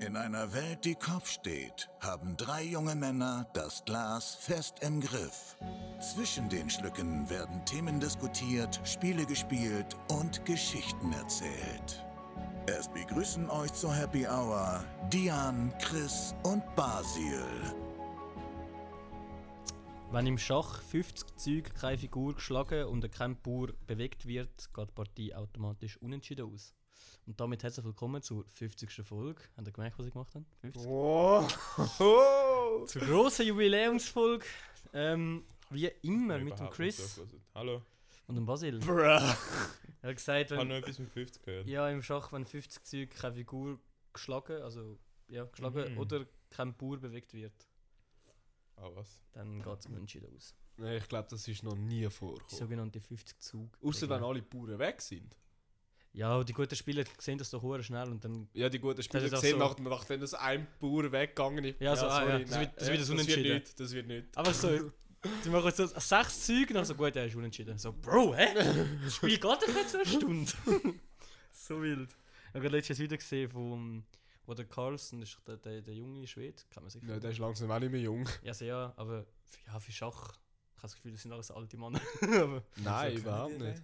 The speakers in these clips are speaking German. In einer Welt, die Kopf steht, haben drei junge Männer das Glas fest im Griff. Zwischen den Schlücken werden Themen diskutiert, Spiele gespielt und Geschichten erzählt. Es begrüßen euch zur Happy Hour Dian, Chris und Basil. Wenn im Schach 50 Züge keine Figur geschlagen und kein Bauer bewegt wird, geht die Partie automatisch unentschieden aus. Und damit herzlich willkommen zur 50. Folge. Habt ihr gemerkt, was ich gemacht habe? 50. Wow! Oh. Zur grossen Jubiläumsfolge. Ähm, wie immer mit dem Überhaupt nicht Chris durchgelassen. Hallo, und dem Basil. Bruh! Er hat gesagt, ich habe wenn, noch etwas mit 50 gehört. ja, im Schach, wenn 50 Züge keine Figur geschlagen, also ja, geschlagen Mhm. oder kein Bauer bewegt wird, Ah, was? dann geht es unentschieden aus. Nein, ich glaube, das ist noch nie Die vorgekommen. sogenannte 50 Zug. Außer wenn alle Bauern weg sind. Ja, und die guten Spieler sehen das doch hure schnell und dann Ja, die guten Spieler Das ist auch gesehen, so. nach, nachdem das ein Bauer weggegangen ist. Ja, so, ah, ja. Das nein. wird- das wird ein Das Unentschieden. wird nicht, das wird nicht. Aber so, sie machen so sechs Züge, dann so gut, er ist unentschieden. So, Bro, hä? Das Spiel geht doch jetzt eine Stunde. so wild. Ich habe gerade letztes Video gesehen, vom, wo der Carlsen, das ist der, der, der junge Schwede, kann man sicher. Ja, der ist langsam auch nicht mehr jung. Ja, also, ja, aber f- ja, für Schach, ich habe das Gefühl, das sind alles alte Männer. aber Nein, Wieso überhaupt kennen die nicht.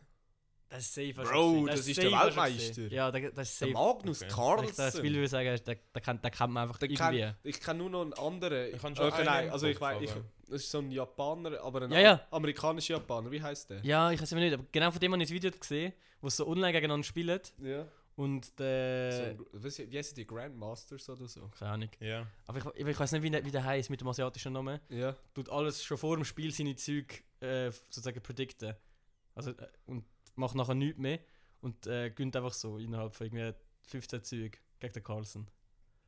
das ist safe. hast du Bro, gesehen. das ist der safe, hast du Weltmeister. gesehen. Ja, der, das ist Der safe. Magnus Okay. Wenn Ich das Spiel Carlsen. würde ich sagen, der, der, kennt, der kennt man einfach Der irgendwie. kennt- Ich kenne nur noch einen anderen. Ich kann schon einen nein, im also ich Kopf, weiß, ich, aber- das ist so ein Japaner, aber ein Ja, ja. am- amerikanischer Japaner. Wie heißt der? Ja, ich weiß es nicht, aber genau von dem habe ich das Video gesehen, wo sie so online gegeneinander spielen. Ja. Und Äh, so der. ein, was, wie heißen die Grandmasters oder so? Keine Ahnung. Ja. Aber ich, ich weiß nicht, wie, der- wie der heißt mit dem asiatischen Namen. Ja. Tut alles schon vor dem Spiel seine Züge äh, sozusagen predikten. Also, äh, und macht nachher nichts mehr. Und äh, gönnt einfach so innerhalb von irgendwie 15 Zügen gegen den Carlsen.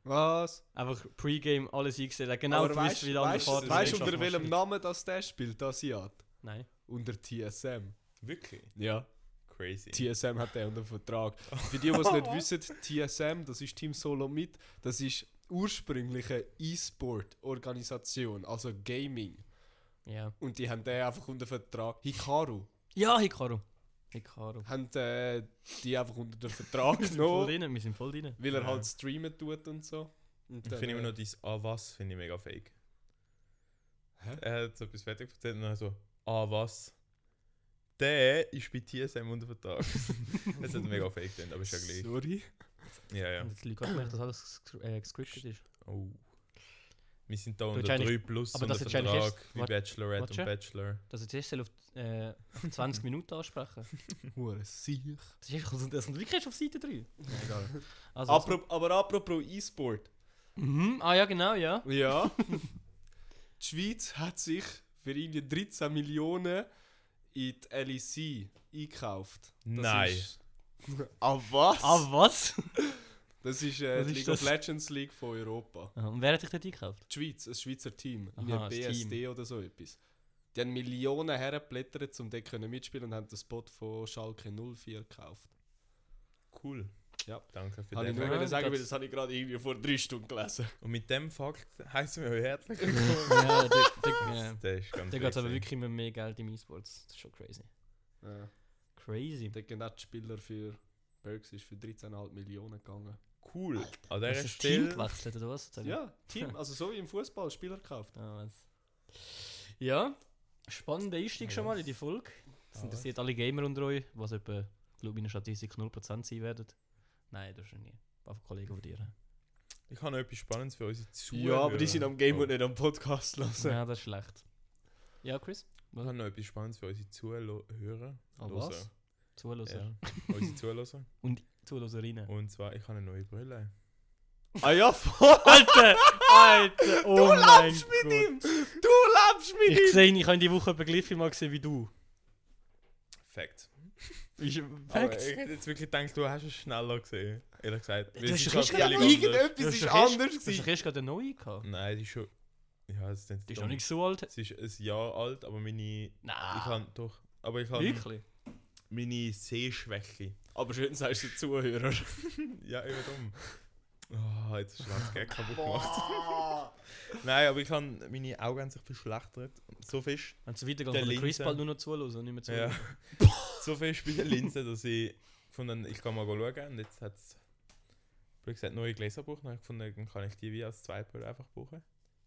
Was? Einfach Pre-Game alles eingesehen. Er hat genau Aber gewusst, weißt- wie der andere weißt- Vater Weißt den du, unter Schachmacher welchem spielt. Namen das der spielt, der Asiat? Nein. Unter TSM. Wirklich? Ja. Crazy. TSM hat der unter Vertrag. Für die, die es nicht wissen, TSM, das ist Team Solomit, das ist ursprüngliche E-Sport-Organisation, also Gaming. Ja. Und die haben den einfach unter Vertrag. Hikaru. Ja, Hikaru. Hikaru. Haben äh, die einfach unter den Vertrag Voll genommen, drin, wir sind voll drin. weil er Ja. halt streamen tut und so. Und Ich dann, finde immer äh, noch dieses Ah, was finde ich mega fake. Hä? Er hat so etwas fertig erzählt und dann so Ah, was? Der ist bei TSM unter Vertrag. Es hat mega fake gedacht, aber ist ja gleich. Sorry. Ja, ja. Und jetzt Leute haben gemerkt, dass alles ges- äh, gescriptet ist. Oh. Wir sind da Du, unter wahrscheinlich- 3 plus aber unter das ist wahrscheinlich Vertrag erst- wie warte- Bachelorette warte. und Bachelor. Dass jetzt erst auf äh, auf 20 Minuten ansprechen. Hure Sieg. Das, ist, das kommt wirklich erst auf Seite 3. Egal. Also, Apro aber apropos E-Sport. Mhm. Ah ja, genau, ja. Ja. die Schweiz hat sich für irgendwie 13 Millionen in die LEC eingekauft. Nein. Ist, ah was? Ah, was? das ist äh, Was die ist League das? of Legends League von Europa. Und wer hat sich dort eingekauft? Die Schweiz, ein Schweizer Team. Aha, in das der BSD Team. oder so etwas. Die haben Millionen hergeblättert, um dort können mitspielen und haben den Spot von Schalke 04 gekauft. Cool. Ja. Danke für Habe ich den. nur Moment wollen sagen, weil hat's- das habe ich gerade irgendwie vor drei Stunden gelesen. Und mit dem Fakt heißen wir euch herzlich ja, der, der, ja. Der ist ganz der geht aber crazy. wirklich immer mehr Geld im E-Sports. Das ist schon crazy. Ja. Crazy. Dort gehen auch die Spieler für Bergs ist für 13,5 Millionen gegangen. cool. Hast du An dieser das Team Stelle. gewechselt oder was? Sag mal. Ja, Team, also so wie im Fußball, Spieler gekauft. Ah, was. Ja, spannender Einstieg schon mal in die Folge. Das Ah, interessiert alle Gamer unter euch, was etwa, glaube in der Statistik 0% sein werden. Nein, das ist nie. Ein paar Kollegen von dir. Ich habe noch etwas Spannendes für unsere Zuhörer. Ja, aber die sind am Game Oh. und nicht am Podcast hören. Ja, das ist schlecht. Ja, Chris? Ich habe noch etwas Spannendes für unsere Zuhörer. Ah, Hörer. was? Zuhörer. Ja, unsere Zuhörer. Und Zuhörerinnen. Und zwar, ich habe eine neue Brille. Ah ja, voll! Alter! Alter! Oh du mein lebst mit Gott. ihm! Du lebst mit Ich ihm! sehe ihn, ich habe ihn die Woche etwa gleich viel mal gesehen wie du. Fact. Ist Aber perfekt. ich hätte jetzt wirklich gedacht, du hast es schneller gesehen. Ehrlich gesagt. Weil hast doch es erst ist halt gerade völlig eingede- anders. Irgendetwas ist anders Du hast doch gewesen. erst gerade eine neue gehabt. Nein, die ist schon. Ja, es ist nicht Die ist dumm. noch nicht so alt. Sie ist ein Jahr alt, aber meine. Ich Nein. habe doch. Aber ich habe Ah. Wirklich? meine Sehschwäche. Aber schön sagst du Zuhörer. Ja, eben dumm. Oh, jetzt hast du das Gag kaputt gemacht. Boah. Nein, aber ich habe meine Augen haben sich verschlechtert. So fest, Wenn es weitergeht, Der kann der Chris Linse. bald nur noch zuhören und nicht mehr ja. zuhören. so fest bei der Linse, dass ich von dann, ich kann mal schauen und jetzt hat es habe gesagt, neue Gläser brauchen. Dann habe ich gefunden, dann kann ich die wie als Zweitbrille einfach brauchen.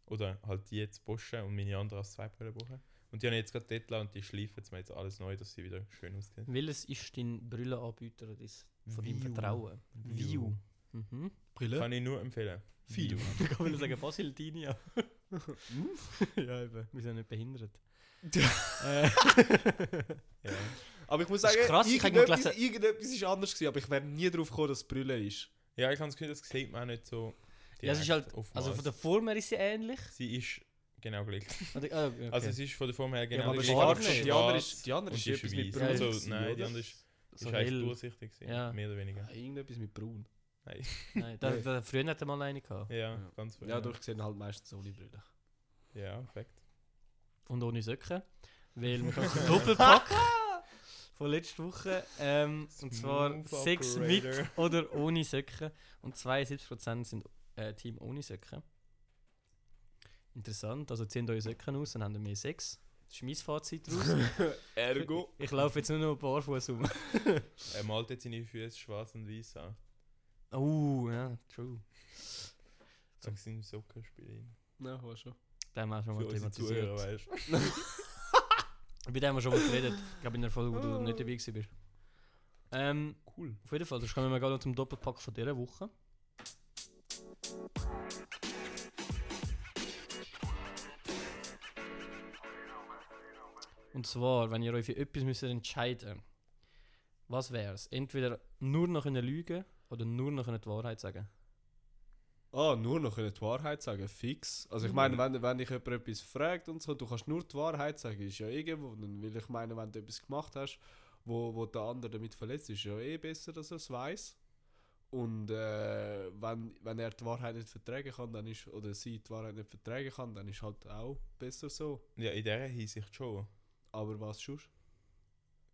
Oder halt die jetzt posten und meine andere als Zweitbrille brauchen. Und die haben jetzt gerade dort und die schleifen jetzt mir jetzt alles neu, dass sie wieder schön aussehen. Welches ist dein Brillenanbieter das von deinem Viu. Vertrauen? View. Mhm. Brille? Kann ich nur empfehlen. View. Ich kann wieder sagen Basildinia. ja, eben. Wir sind nicht behindert. äh, Ja. Aber ich muss Das sagen, ist krass, ich hab nur irgendetwas, gelesen- irgendetwas ist anders gewesen, aber ich wäre nie drauf gekommen, dass es Brille ist. ja, ich habe das Gefühl, das sieht man auch nicht so. ja, es ist halt, direkt oftmals. also von der Form her ist sie ähnlich. sie ist genau gleich. Oder, ah, okay. Also es ist von der Form her genau aber gleich. es ist schwarz. schwarz Die andere ist, die und andere ist die ist etwas mit weiß. Braun. Ja, Also gewesen, nein, die oder? andere ist, so ist eigentlich hell. durchsichtig, gewesen, Ja. mehr oder weniger. Ja, Irgendetwas mit Braun. Nein, da, da, früher hat er mal eine gehabt. Ja, ganz Ja, genau. doch, ich sehe halt meistens ohne Brille. Ja, perfekt. Und ohne Socken. Weil man kann den Doppelpack von letzter Woche. Ähm, und zwar Smooth sechs mit Operator. oder ohne Socken. Und 72% sind äh, Team ohne Socken. Interessant. Also ziehen eure Socken aus und haben mehr Sex. Das ist mein Fazit daraus. Ergo. ich laufe jetzt nur noch barfuß rum. Er malt jetzt seine Füße schwarz und weiß an. Oh, ja, true. Sag seinem Sockenspiel. Ja, war schon. Da haben wir auch schon Für mal unsere Zuhörer, thematisiert. weißt du. Bei dem haben wir schon mal geredet. Ich glaube in der Folge, wo du nicht dabei gewesen bist. Ähm, Cool. Auf jeden Fall, das kommen wir gerade noch zum Doppelpack von dieser Woche. Und zwar, wenn ihr euch für etwas müsst entscheiden was wäre es? Entweder nur noch können lügen oder nur noch können die Wahrheit sagen. Ah, nur noch die Wahrheit sagen, fix. Also ich meine, wenn, wenn dich jemand etwas fragt und so, du kannst nur die Wahrheit sagen, ist ja eh irgendwo. Dann will ich meinen, wenn du etwas gemacht hast, wo, wo der andere damit verletzt ist, ist ja eh besser, dass er es weiß. Und äh, wenn, wenn er die Wahrheit nicht vertragen kann, dann ist, oder sie die Wahrheit nicht vertragen kann, dann ist halt auch besser so. Ja, in dieser Hinsicht schon. Aber was sonst?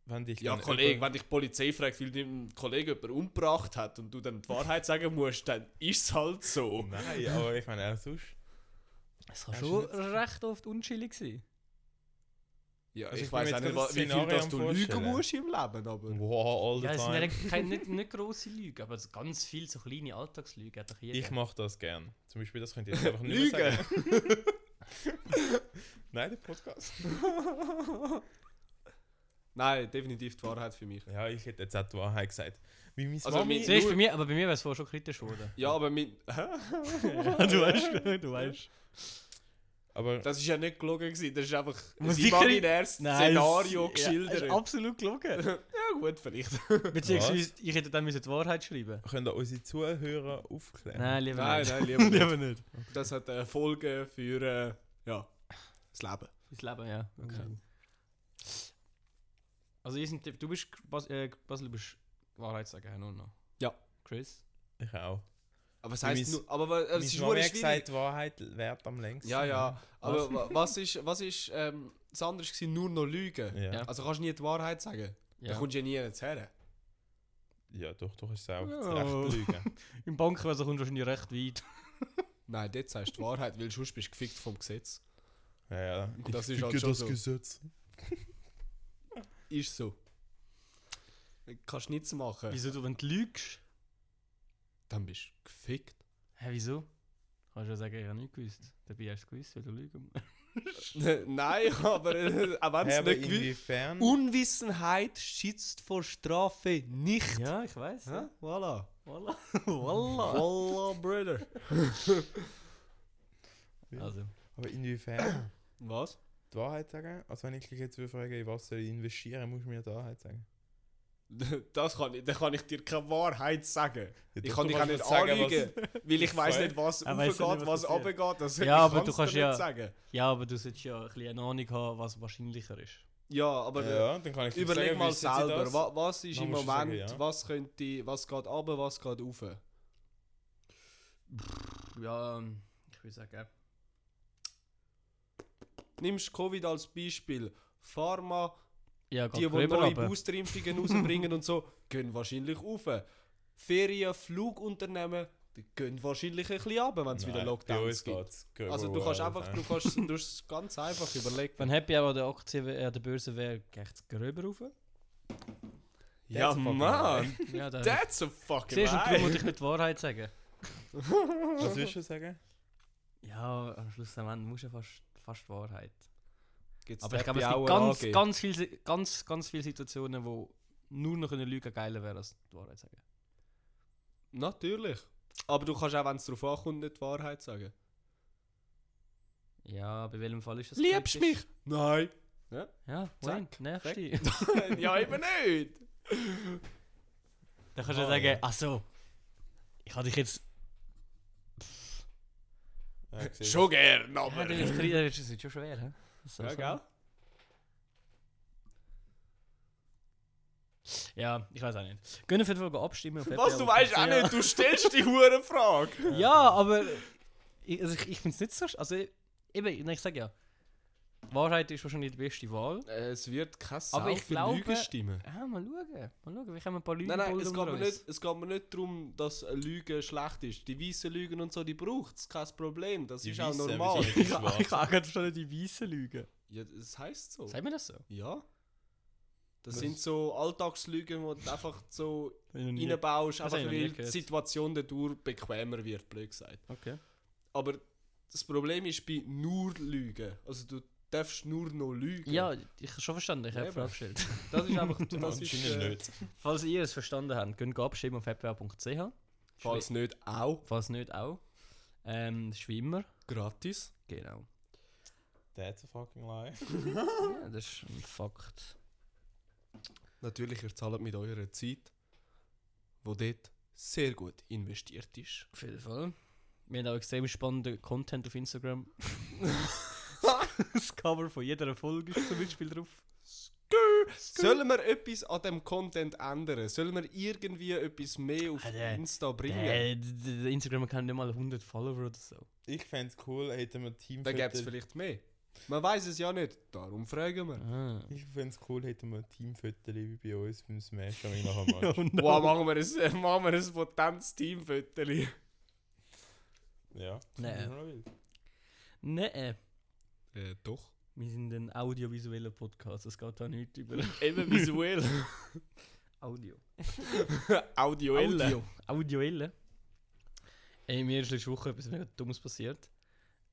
Wenn dich Ja, dann Kollege, jemand- wenn dich die Polizei fragt, weil dein Kollege jemanden umgebracht hat und du dann die Wahrheit sagen musst, dann ist es halt so. Nein, aber ich meine auch sonst. Es kann Ja, schon ist nicht- recht oft unschillig sein. Ja, Also ich, ich bin weiß mir auch jetzt nicht, gerade wa- ein wie viel dass du Szenario am lügen Vorstellen. musst im Leben, aber. Wow, all Ja, the es sind time. eigentlich keine, nicht, nicht grosse Lügen, aber es ganz viele so kleine Alltagslügen hat doch jeder. Ich mache das gern. Zum Beispiel, das könnt ihr jetzt einfach nicht Lügen. mehr sagen. Nein, der Podcast. Nein, definitiv die Wahrheit für mich. Ja, ich hätte jetzt auch die Wahrheit gesagt. Wie meine Also Mami... mit- Siehst du, bei mir, aber bei mir wäre es vorher schon kritisch geworden. Ja, aber mit. Ja, du weißt, du weißt. Aber Das ist ja nicht gelogen, gewesen, das ist einfach Muss ein sicher- imaginäres Szenario es- geschildert. Ja, ist Ja, absolut gelogen. gut, vielleicht. Beziehungsweise, ich hätte dann müssen die Wahrheit schreiben können da unsere Zuhörer aufklären? Nein, lieber nein, nicht. nein, lieber nicht. lieber nicht. Das hat äh, Folgen für. Äh, ja, das Leben. Das Leben, ja. Okay. Also, ich sind, du bist, Bas, äh, Basel, du bist Wahrheit sagen, nur noch. Ja. Chris? Ich auch. Aber es Weil heisst mein- nur. Aber wa- Also es meine ist nur Mama hat schwierig. gesagt, die Wahrheit währt am längsten. Ja, ja. Aber wa- was ist. Was ist ähm, das andere war nur noch Lügen. Ja, Ja. ja. Also kannst du nie die Wahrheit sagen. Da kommst du ja nie jetzt her. doch, doch ist es auch Ja. zu Recht lügen. Im Bankenwesen kommst du wahrscheinlich recht weit. Nein, dort sagst du die Wahrheit, weil sonst bist du gefickt vom Gesetz. Ja, ja. Das ist halt schon so. Gesetz. Ist so. Kannst nichts machen. Wieso, du, wenn du lügst? Dann bist du gefickt. Hä, wieso? Kannst du ja sagen, ich habe nicht gewusst. Dabei hast du gewusst, weil du lügen Nein, aber äh, auch wenn Hey, es aber nicht gewi- inwiefern... Unwissenheit schützt vor Strafe nicht. Ja, ich weiß. Hä? Voilà. Voila. Voila. Voilà, Brother. Also. aber inwiefern Was? die Wahrheit sagen? Also wenn ich dich jetzt würde fragen, in was soll ich investieren, musst du mir die Wahrheit sagen. Das kann ich, da kann ich dir keine Wahrheit sagen. Ja, ich doch, kann du dich auch kannst nicht mir sagen, anlügen, weil ich ich weiß weiß. nicht, was Er weiss aufgeht, ja nicht, was was passiert. runtergeht. Das Ja, aber kann's du kannst dir ja- nicht sagen. Ja, aber du solltest ja ein bisschen eine Ahnung haben, was wahrscheinlicher ist. Ja, aber Ja, dann kann ich dir Überleg sagen, mal wissen Sie das? selber, wa was ist Dann im musst du Moment, sagen, ja. was könnte, was geht ab, was geht rauf? Ja, ähm, ich würde sagen. Nimmst Covid als Beispiel, Pharma, Ja, die, die neue Boosterimpfungen rausbringen und so, gehen wahrscheinlich rauf. Ferien, Flugunternehmen, die gehen wahrscheinlich ein bisschen runter, wenn es wieder Nein, bei Lockdowns uns gibt. geht's Also du gröber kannst hoch, einfach, ja. du kannst, du kannst es ganz einfach überlegen. äh, Wenn Happy Hour an der Aktie wär- an der Börse wäre, geht es gröber rauf. Ja, fucking Mann! Ja, da. That's a fucking Siehst du, und darum muss lie! ich nicht die Wahrheit sagen. Was willst du sagen? Ja, am Schluss am Ende musst du ja fast, fast die Wahrheit. Gibt's Aber ich da glaube, es bei gibt Aue ganz, AG? ganz, viel, ganz, ganz viele Situationen, wo nur noch eine Lüge geiler wäre, als die Wahrheit sagen. Natürlich. Aber du kannst auch, wenn es darauf ankommt, nicht die Wahrheit sagen. Ja, bei welchem Fall ist das? Liebst du kritisch? mich? Nein! Ja, Wayne, Zack, nächste. ja, eben nicht! Dann kannst du ja sagen, ach so, ich habe dich jetzt. Ja, ich sehe Schon gern, Ja, aber. dann ist Krise- das ist schon schwer, hä? So, Ja, so. gell? Ja, ich weiß auch nicht. Gehen auf jeden Fall abstimmen. Auf Was, du weißt auch FPL.ch. nicht, du stellst die hure Frage! Ja, aber ich, also ich, ich finde es nicht so. sch- Also, ich- eben, nein, ich sage ja, Wahrheit ist wahrscheinlich die beste Wahl. Es wird keine Aber ich glaube- stimmen. Ah, mal schauen. Mal schauen, wir haben ein paar Leute Nein, nein, bald es geht, unter mir uns. nicht, es geht mir nicht darum, dass eine Lüge schlecht ist. Die weißen Lügen und so, die braucht es, kein Problem. Das Die ist auch Weissen, normal. wieso Ich nicht? kann auch gerade schon die weißen lügen. Ja, das heisst so. Sagt man das so? Ja. Das Was? sind so Alltagslügen, die du einfach so In reinbaust, Das hab ich einfach noch nie weil die gehört. Situation dadurch bequemer wird, blöd gesagt. okay. Aber das Problem ist bei nur Lügen. Also du darfst nur noch lügen. Ja, ich habe schon verstanden, ich habe die Eben. Frage gestellt. Das ist einfach... das ist, Anscheinend äh, nicht. Falls ihr es verstanden habt, könnt ihr abstimmen auf fpw.ch. Falls nicht, auch Falls nicht auch. Ähm, das ist wie immer. gratis. Genau. That's a fucking lie. Ja, das ist ein Fakt. Natürlich, ihr zahlt mit eurer Zeit, wo dort sehr gut investiert ist. Auf jeden Fall. Wir haben auch extrem spannenden Content auf Instagram. das Cover von jeder Folge ist zum Beispiel drauf. Sollen wir etwas an dem Content ändern? Sollen wir irgendwie etwas mehr auf Ah, der- Insta bringen? Äh, d- d- der Instagram kann nicht mal 100 Follower oder so. Ich fände es cool, hätten wir Team Dann gäbe es vielleicht mehr. Man weiß es ja nicht, darum fragen wir. Ah. Ich fände es cool, hätten wir Teamfotos wie bei uns beim Smash am nach dem Match. Wow, machen wir ein, äh, machen wir ein potentes Teamfoto. ja. Nee. Nein, Äh, doch. wir sind ein audiovisueller Podcast. Es geht da nicht über Eben visuell. Audio. Audioelle. Audio. Audioelle. Ey, mir ist letzte Woche etwas mega Dummes passiert.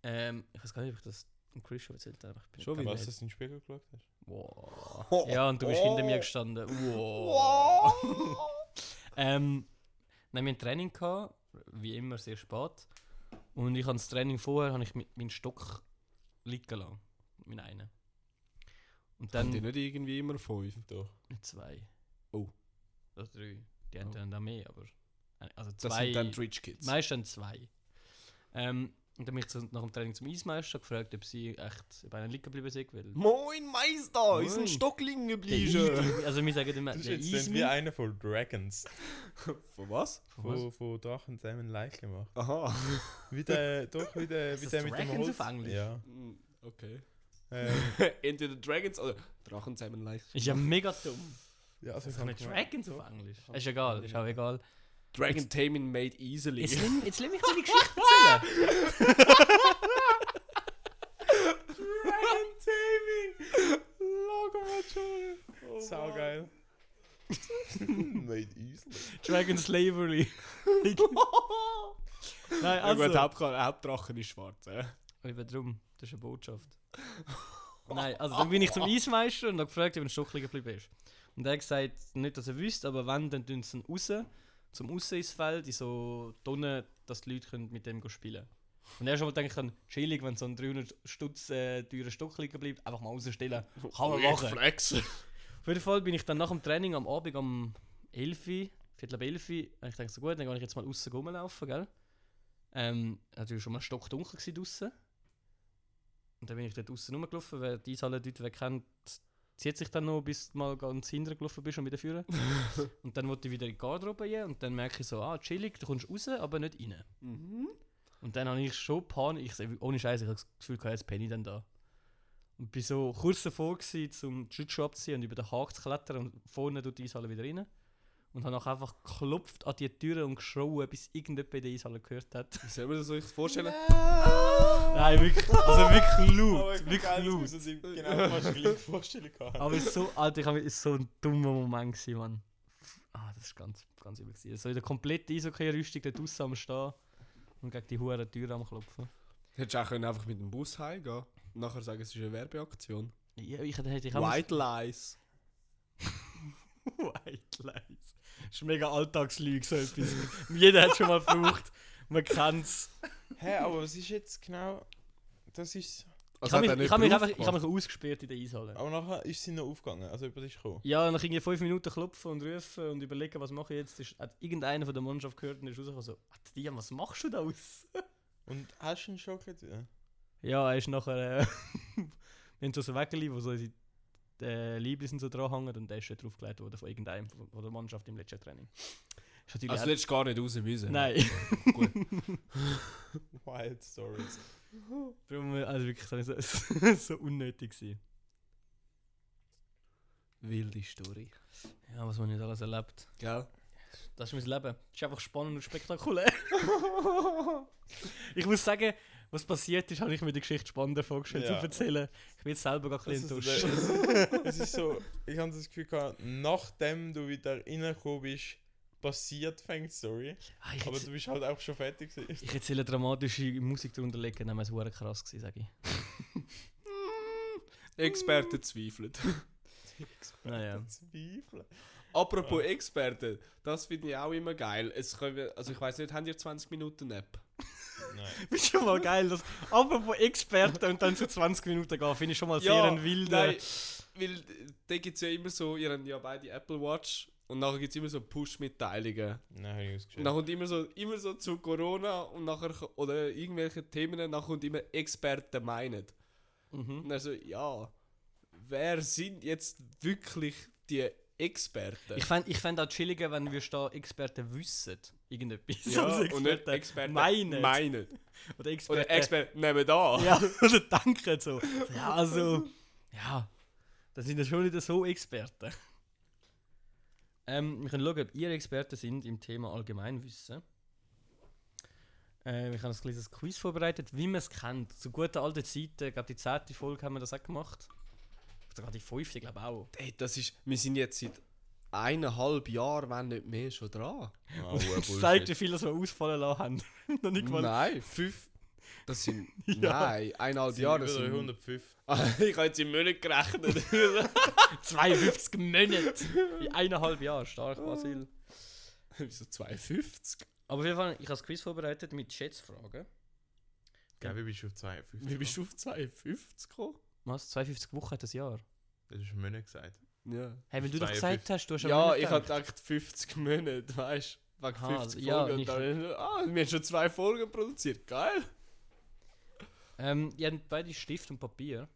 Ähm, ich weiß gar nicht, ob ich das dem Chris schon erzählt habe. aber Ich bin Schon Was, wieder. dass du in den Spiegel geschaut hast? Äh, Wow. Ja, und du bist hinter mir gestanden. Wow. ähm, nein, wir hatten Training, gehabt, wie immer sehr spät. Und ich habe das Training vorher habe ich mit meinen Stock liegen lassen. Meinen einen. Und dann Haben die nicht irgendwie immer fünf? Doch. nicht zwei. Oh. Oder drei. Die hatten dann auch mehr, aber. Also zwei. Das sind dann die Rich Kids. Meistens zwei. Ähm, und dann bin ich zu, nach dem Training zum Eismeister gefragt, ob sie echt bei einem liegen geblieben sind. Weil Moin Meister, ist Moin. ein Stockling der geblieben. Eis- also wir sagen immer, Das ist der jetzt sind Eismi. wir einer von Dragons, Von was? wo, wo Drachen zusammen Like gemacht. Aha. Wie der, doch, wie der, wie Ist der das mit dem Dragons Holz. auf Englisch? Ja. Hm, Okay. Ähm, Entweder Dragons oder Drachen zusammen leicht. Ist ja mega dumm. ja, also Das ich ist mit hab- Dragons auf Englisch. Ist egal, ist auch egal. Dragon Taming made easily. Jetzt lass jetzt lass mich meine Geschichte erzählen. Dragon Taming! Logo Mature! Oh, Saugeil. Made easily. Dragon Slavery. Nein, Ja, gut, also. Haupt Hauptdrachen ist schwarz. Äh. Eben drum, das ist eine Botschaft. Nein, also dann bin ich zum Eismeister und habe gefragt, ob ein Stock liegen geblieben ist. Und er hat gesagt, nicht, dass er wüsste, aber wenn, dann tun sie ihn raus, zum Raus ins Feld, in so Tonnen, dass die Leute können mit dem gehen spielen können. Und er hat schon mal gedacht, ich chillig, wenn so ein 300 Stutz äh, teurer Stock liegen bleibt, einfach mal rausstellen. Kann man machen. Flex. Auf jeden Fall bin ich dann nach dem Training am Abend um 11 Uhr, Viertel ab 11 Uhr, habe ich gedacht, so gut, dann gehe ich jetzt mal außen rumlaufen, gell? Ähm, natürlich schon mal stockdunkel gsi draussen. Und dann bin ich dort draussen rumgelaufen, wer die alle Leute wer kennt, zieht sich dann noch, bis du mal ganz hinten gelaufen bist und wieder führen. und dann wollte ich wieder in die Garderobe rein und dann merke ich so, ah, chillig, du kommst raus, aber nicht rein. Mhm. Und dann habe ich schon Panik, ich, seh- ohne Scheiße, ich habe das Gefühl, gehabt, jetzt penne ich dann da. Und bin so kurz davor gewesen, um die Schlittschuhe abzuziehen und über den Haken zu klettern und vorne tut die Eishalle wieder rein. Und habe nachher einfach geklopft an die Türe und geschrien, bis irgendjemand in der Eishalle gehört hat. Wie soll man das euch vorstellen? Nein, wirklich, also wirklich Oh, laut, ich kann wirklich gar laut. nicht, dass ich genau fast die gleiche Vorstellung hatte. Aber es ist so, Alter, ich hab- es ist so ein dummer Moment gewesen, Mann. Ah, das ist ganz, ganz übel. gewesen. So in der kompletten Eishockey-Rüstung dort draussen am Stehen und gegen die hohen Tür am Klopfen. Hättest du auch können einfach mit dem Bus heimgehen und nachher sagen, es ist eine Werbeaktion. Ja, ich hätte ich auch White Lies. White Lies. Das ist mega Alltagslüge, so etwas. Jeder hat schon mal gebraucht. Man kennt es. Hä, hey, aber was ist jetzt genau. Das ist. Ich Also habe hat er mich, nicht ich hab mich, drauf einfach- ich hab gemacht? mich ausgesperrt in der Eishalle. Aber nachher ist sie noch aufgegangen, also über dich gekommen. Ja, nach irgendwie fünf Minuten klopfen und rufen und überlegen, was mache ich jetzt, ist, hat irgendeiner von der Mannschaft gehört und ist rausgekommen so, «Ah, Dian, was machst du da aus? Und hast du einen Schock jetzt wieder? Ja, er ist nachher, äh, wir haben so ein Wägeli, wo so unsere äh, Liebling sind so dran hängen und der ist dann draufgelegt worden von irgendeinem von von der Mannschaft im letzten Training. Ist natürlich Also auch- hättest du gar nicht raus müssen. Nein. Wild Stories. Darum, äh, also wirklich, das war so, so unnötig. Gewesen. Wilde Story. Ja, was man nicht alles erlebt. Gell? Das ist mein Leben. Das ist einfach spannend und spektakulär. ich muss sagen, was passiert ist, habe ich mir die Geschichte spannender vorgestellt Ja. zu erzählen. Ich bin jetzt selber gar ein Das bisschen ist, enttäuscht. es, es ist so, ich habe das Gefühl gehabt, nachdem du wieder reingekommen bist, passiert fängt die Story. Ah, ich, Aber jetzt, du bist halt auch schon fertig gewesen. ich erzähle dramatische Musik darunter legen, dann war es verdammt krass, gewesen, sage ich. Experten zweifeln. Naja. Zweifel. Apropos Experten, das finde ich auch immer geil. Es können, also ich weiß nicht, haben ihr 20 Minuten App? Nein. Ist schon mal geil, dass apropos Experten und dann so 20 Minuten gehen, finde ich schon mal sehr ein wilder. Nein, weil da gibt es ja immer so, ihr habt ja beide Apple Watch und nachher gibt es immer so Push-Mitteilungen. Nein, habe ich Und ausgeschrieben. dann kommt immer so, immer so zu Corona und nachher ko- oder irgendwelche Themen, nachher kommt immer Experten meinen. Mhm. Und dann so, ja, wer sind jetzt wirklich die Experten? Ich fände ich fänd auch chilliger, wenn wir da Experten wissen. Irgendetwas. ja, Also und nicht Experten meinen. meinen. Oder Experten. Oder Experten nehmen da. Ja, oder danke so. Ja, also. Ja. Das sind ja schon nicht so Experten. Ähm, wir können schauen, ob ihr Experten sind im Thema Allgemeinwissen. Äh, ich habe ein kleines Quiz vorbereitet, wie man es kennt. Zu guten alten Zeiten, ich glaube die zehnte Folge haben wir das auch gemacht. Oder gerade die fünfte, glaube ich auch. Ey, das ist, wir sind jetzt seit eineinhalb Jahren, wenn nicht mehr, schon dran. Ah, Und hoher das Bullshit. zeigt, wie viel das wir ausfallen lassen haben. Noch nicht mal Nein, fünf. Das sind, Ja. nein, eineinhalb Sind Jahre. über Das sind, 305. ich habe jetzt im Monat gerechnet. 52 Monate! In eineinhalb Jahren, stark, Basil. Wieso 52? Aber auf jeden Fall, ich habe das Quiz vorbereitet mit Schätzfragen. Gell, wie bist du auf 52? Wie bist du auf 52 gekommen? Was? 52 Wochen hat das Jahr? Das hast du mir nicht gesagt. Ja. Hey, weil du doch 52. gesagt hast, du hast am Ja, Ende ich habe gedacht. gedacht 50 Monate, weißt du? Wegen Aha, 50 ja, Folgen. nicht- Ja, dann, ah, wir haben schon zwei Folgen produziert, geil. Ähm, ihr habt beide Stift und Papier.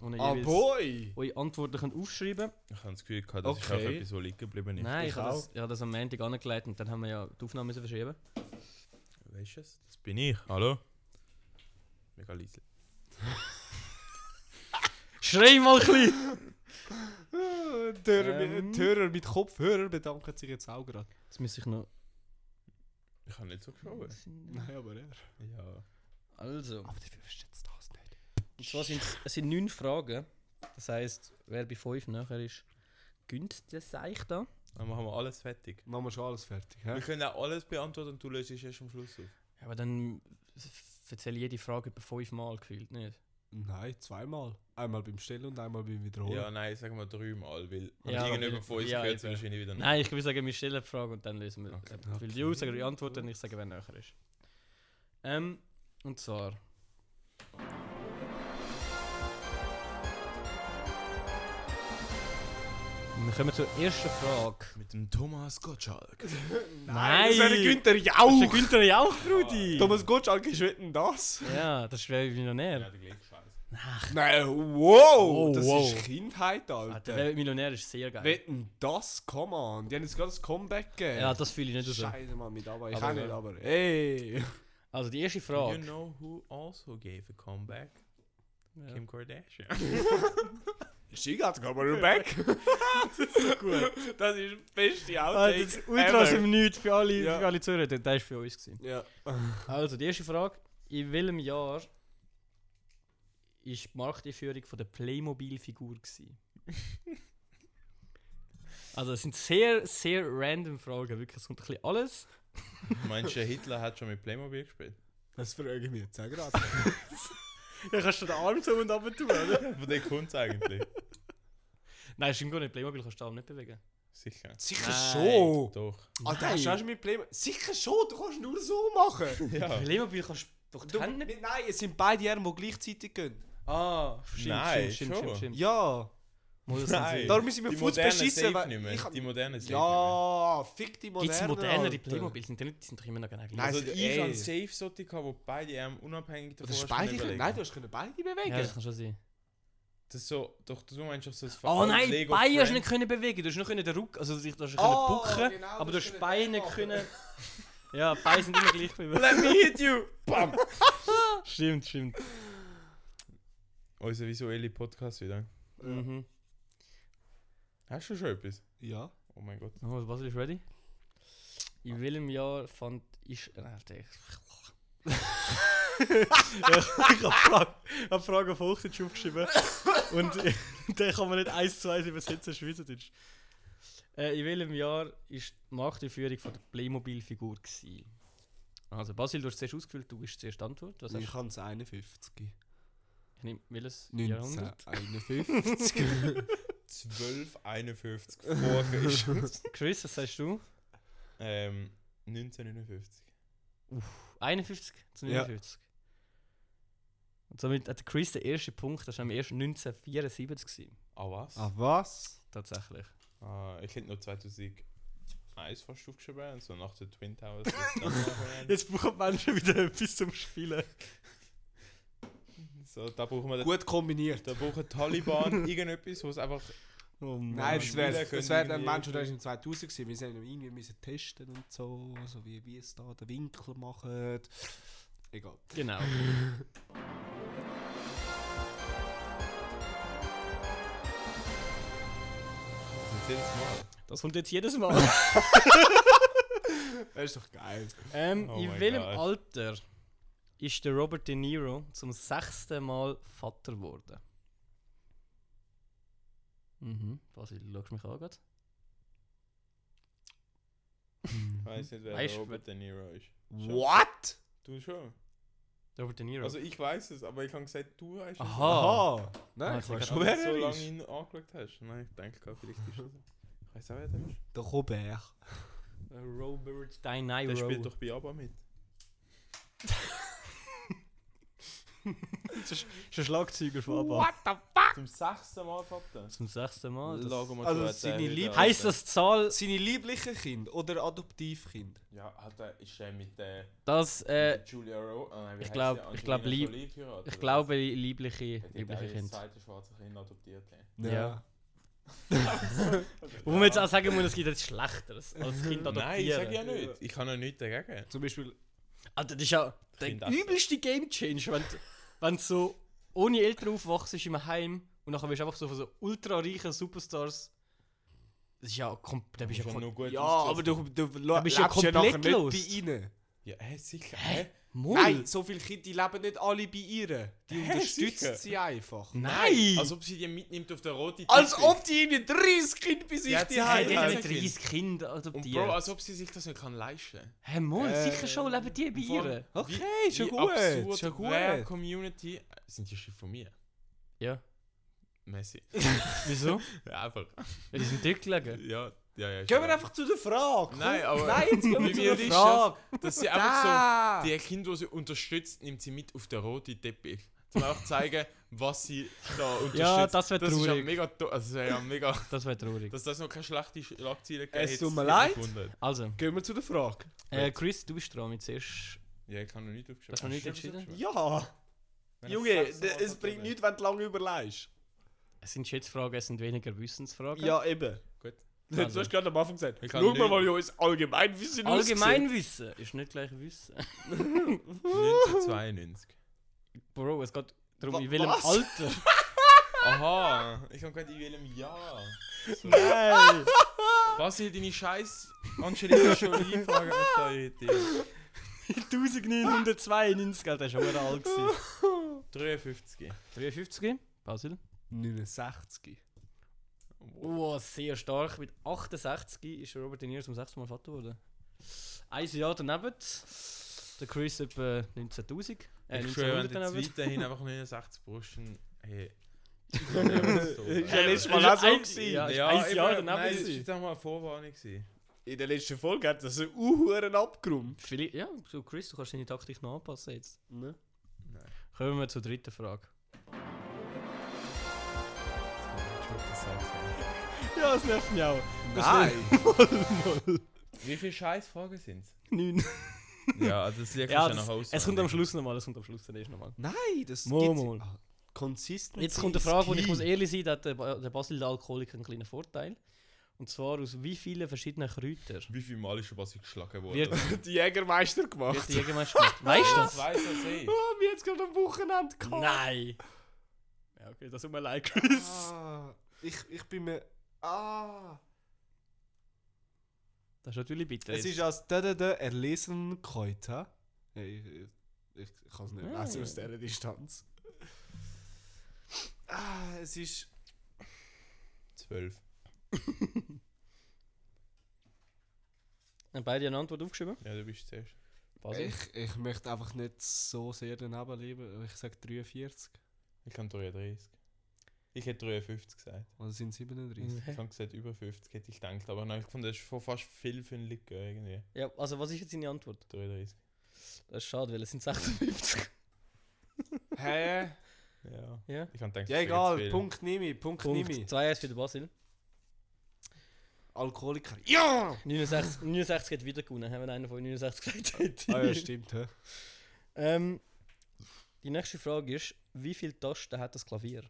Und ihr Ah, jeweils boy! eure Antworten könnt aufschreiben Ich habe das Gefühl gehabt, das ist Okay. auch etwas, was liegen geblieben ist. Nein, ich, ich habe das, auch. ich habe das am Montag angelegt und dann haben wir ja die Aufnahme müssen verschieben. Weißt du es? Das bin ich. Hallo? Mega leise. Schrei mal ein bisschen! Äh, Die Hörer, Ähm. mit, die Hörer mit Kopfhörer bedanken sich jetzt auch gerade. Das muss ich noch... Ich habe nicht so geschaut. Nein, aber er. Ja. Also... Aber dafür ist jetzt das nicht. Und zwar sind es sind neun Fragen. Das heisst, wer bei fünf nachher ist, gönnt das Seich da. Dann machen wir alles fertig. Machen wir schon alles fertig, hä? Wir können auch alles beantworten und du löst es erst am Schluss auf. Ja, aber dann f- erzähle ich jede Frage etwa fünfmal gefühlt, nicht? Nein, zweimal. Einmal beim Stellen und einmal beim Wiederholen. Ja, nein, sagen wir dreimal, weil Ja, ja, irgendjemand aber- von uns ja, gehört es eben. wahrscheinlich wieder Nein, ich würde sagen, wir stellen die Frage und dann lösen wir. Okay. Okay. Weil die User die Antworten und ich sage, wer näher ist. Ähm, und zwar. Wir kommen zur ersten Frage. Mit dem Thomas Gottschalk. Nein! Das wäre Günther Das ist der Jauch! Günther Jauch, Rudi! Thomas Gottschalk ist nicht denn das? Ja, das ist wer Millionär. Ja, der gleiche Scheiß. Nein, Oh, wow! das wow. ist Kindheit, Ah, der Alter. wer Millionär ist sehr geil. Wetten das, come on. Die haben jetzt gerade das Comeback gegeben. Ja, das fühle ich nicht so. Scheiße, Mann, mit aber. Ich Aber kann ja. nicht, aber. Ey! Also die erste Do you Frage. know who also gave a comeback? Ja. Kim Kardashian. She got coming back. Gut. das ist das beste Ah, das ist ultra aus dem Nichts für alle, für alle Zuhörer. Das war für uns. Gewesen. Ja. Also, die erste Frage. In welchem Jahr ist die Markteinführung von der Playmobil-Figur? gewesen? Also es sind sehr, sehr random Fragen, wirklich, es kommt ein bisschen alles. Meinst du, Hitler hat schon mit Playmobil gespielt? Das frage ich mich jetzt auch gerade. Ja, kannst du den Arm so und ab tun, oder? Von dem kommt es eigentlich. Nein, stimmt gar nicht, Playmobil kannst du den Arm nicht bewegen. Sicher. Sicher Nein. schon! Doch. Alter, hast du auch schon mit Playmobil? Sicher schon, du kannst nur so machen! Ja. Playmobil kannst du doch die Du, Hände nicht... nein, es sind beide Arme, die gleichzeitig gehen. Ah, stimmt, Nein, stimmt, schon. stimmt, stimmt, stimmt. Ja! Muss das Nein. sein? Darum müssen wir Die Fuß modernen beschissen, safe weil nicht mehr. ich hab- Die modernen safe nicht Ja, fick die Gibt moderne. es modernere Alter. Playmobil? Sind die, nicht, die sind doch immer noch genau gleich. mehr. Nein, Also, also, ich ey. habe safe solche, gehabt, wo beide Arme unabhängig davon Oder hast Speicher? können Nein, du hast können beide bewegen. ja, das kann schon sein. Das ist so, doch du meinst doch so ein Oh nein, die Lego Beine hast du Friends. nicht können bewegen. Du hast nicht können den Ruck, also du hast nicht Oh, können bucken, genau, aber du du hast hast die können Beine nicht machen. können. Ja, die Beine sind immer gleich geblieben. Let me hit you! Bam! Stimmt, stimmt. Unser visuelle Podcast wieder. Mhm. Hast du schon etwas? Ja. Oh mein Gott. Oh, was ist ready? In welchem Jahr fand ich. Nein, ich. ich habe Frage, hab Frage auf Hochdeutsch aufgeschrieben. Und den kann man nicht eins zu eins übersetzen in Schweizerdeutsch. Äh, in welchem Jahr war die Markteinführung von der Playmobil-Figur? gewesen? Also, Basil, du hast zuerst ausgefüllt, du bist zuerst die Antwort. Was hast Ich du? kann es 51. Ich nehme welches Jahrhundert? 1951. 1251 vor Christus. Chris, was sagst du? ähm, 1959. 51 zu Ja. 49. Und somit hat der Chris den ersten Punkt, das war am ersten 1974 gewesen, Ah, was? ah, was? tatsächlich. Ah, ich hätte noch 2001 fast aufgeschrieben, so nach den Twin Towers. ist es nachgekommen. Jetzt brauchen Menschen wieder etwas zum Spielen. so, da brauchen wir Gut kombiniert. da brauchen die Taliban irgendetwas, wo es einfach. Nein, das wäre Spieler das können wär ein irgendwie- Mensch, der ist im 2000 gewesen. Wir sind irgendwie müssen testen und so, so wie, wie es da den Winkel machen. Egal. Genau. Das ist jedes Mal. Das kommt jetzt jedes Mal. Das ist doch geil. ähm, Oh in mein welchem Gott. Alter ist der Robert De Niro zum sechsten Mal Vater geworden? Mhm. Basil, du schaust mich an gerade. Ich weiß nicht, wer Weißt der du, Robert De Niro ist. What? Du schon. Robert De Niro. Also, ich weiß es, aber ich habe gesagt, du weißt es. Aha. Nein, Ah, ich ich weiß hab schon, Weil du wer so er lange ist. ihn angeschaut hast. Nein, ich denke gerade, vielleicht ist es. Ich weiß auch, wer der ist. Der Robert. Robert De Der Niro. spielt doch bei ABBA mit. ist ein Schlagzeuger von ABBA. Zum sechsten Mal Vater. Zum sechsten Mal. Das Lago also Maggiore hat seine er wieder- Liebe- Heißt das Zahl, Seine lieblichen Kinder oder Adoptivkind? Ja, hat er, ist er mit der dass äh, mit Julia Rowe. Ah, nein, wie ich heisst glaub- die? ich glaub, Angelina lieb- Jolie geheiratet, ich oder glaube was? liebliche, Hat die da liebliche ihr Kind. zweite schwarze Kind adoptiert. ey? Ja. Wo man jetzt auch sagen muss, es gibt etwas Schlechteres als Kind adoptieren. Nein, ich sag ja nicht. Ich kann ja nichts dagegen. Zum Beispiel. Alter, das ist ja der Kind essen. übelste Game Changer, wenn, du- wenn du so ohne Eltern aufwachst in einem Heim und nachher wirst du einfach so von so ultrareichen Superstars. Das ist ja komplett. Da bist du ja schon kom- nur gut Ja, aber ausgesucht. du, du, du bist ja komplett nachher los. nicht bei ihnen. Ja, hä, sicher. Hä? Mol. Nein, so viele Kinder die leben nicht alle bei ihr. Die Hä, sicher? unterstützen sie einfach. Nein! Als ob sie die mitnimmt auf der roten Als Teppich. ob die ihnen 30 Kinder bei sich Ja, die sie Hey, haben die Ja, haben ja, nicht Kind. 30 Kinder Und Bro, adoptiert. als ob sie sich das nicht kann leisten kann. Hä, Mol, Äh, sicher schon leben die bei ihr. Okay, schon gut. Schon Wer gut. Community... äh, Sind die schon von mir? Ja. Messi. Wieso? Ja, einfach. Ja, die sind dort gelegen. Ja, ja, ja. ist Gehen wir ja. einfach zu der Frage. komm. Nein, aber... Nein, jetzt gehen Wie wir zu der weird ist Frage. Das, dass sie einfach so... Die Kinder, die sie unterstützt, nimmt sie mit auf den roten Teppich. Um auch zu zeigen, was sie da unterstützt. das wär Das ist ja traurig. mega... to- Also, das wär ja mega... Das wäre traurig. Dass das noch keine schlechte Schlagzeile gegeben Es hat, tut mir hat mich leid. gewundert. Also, Gehen wir zu der Frage. äh, Chris, du bist dran mit zuerst. Ja, ich kann noch nicht aufgeschrieben. Hast du noch nicht Hast du schon entschieden? Ja. Wenn er Junge, sechs Mal d- es hat, bringt dann- nichts, wenn du lange überlegst. Es sind Schätzfragen, es sind weniger Wissensfragen. Ja, eben. Gut. Du hast gerade am Anfang gesagt, Ich kann schau mal, lügen. mal wie uns Allgemeinwissen Allgemeinwissen ist nicht gleich Wissen. 1992. Bro, es geht Wa- darum, in welchem was? Alter. Aha, ich habe gerade in welchem Jahr. Nein! Was hier deine scheiß Angelina Jolie fragen mich da heute? 1992, Alter, das war schon alt. gewesen. 53. 53, Basil. 69. Oh Oh, sehr stark. Mit 68 ist Robert De Niro zum sechsten Mal Vater geworden. Ein Jahr daneben. Der Chris etwa 19.000. Äh, ich schwöre, wenn 1900 du jetzt daneben. weiterhin einfach 69 Brüsten. Hey. Ist ja letztes Mal auch so Ein- gewesen. Ja, Ja, ein Jahr eben, nein, daneben. das war gewesen. jetzt auch mal eine Vorwarnung. gewesen. In der letzten Folge hat das einen uhuren Abgrund. Vielleicht, ja, so Chris, du kannst deine Taktik noch anpassen jetzt. Ne? Kommen wir zur dritten Frage. Ja, das nervt mich auch. Nein! Wie viele scheiß Fragen sind es? Neun. Ja, also das liegt Ja, schon das, nach Hause. es kommt am Schluss nochmal, es kommt am Schluss dann erst nochmal. Nein, das Momol. gibt's- Ah, Consistency Jetzt kommt eine is Frage, wo ich key. muss ehrlich sein, da hat der, Ba- der Basil der Alkoholiker einen kleinen Vorteil. Und zwar aus wie vielen verschiedenen Kräutern Wie viel Mal ist schon was geschlagen worden? wird, Die Jägermeister gemacht. wird die Jägermeister gemacht? Weißt du das das? weiß das eh. Oh, wir haben es gerade am Wochenende gehabt. Nein! Ja, okay, das tut mir leid, Chris. Ah, ich, ich bin mir. Ah! Das ist natürlich bitter. Es ist als da da da erlesen Kräuter. Ich, ich, ich kann es nicht Ah. lesen aus dieser Distanz. Ah, es ist. Zwölf. Haben beide eine Antwort aufgeschrieben? Ja, du bist zuerst. Basil? Ich, ich möchte einfach nicht so sehr daneben leben. Ich sage 43. Ich kann 33. Ich hätte 53 gesagt. Oder also sind 37? Ich habe gesagt, über 50 hätte ich gedacht, aber nein, ich fand, das ist schon fast viel für einen Licker irgendwie. Ja, also was ist jetzt deine Antwort? 33. Das ist schade, weil es sind 56. Mhm. Hä? Ja. Ja. Ich habe Ja, gedacht, das ist jetzt egal. viel. Punkt nehme ich. Punkt, Punkt. nehme ich. 2 ist für den Basil. Alkoholiker. Ja! 69, 69 hat wieder gewonnen, wenn einer von 69 gesagt hätte. Ah ja, stimmt. Hä? Ähm, die nächste Frage ist, wie viele Tasten hat das Klavier?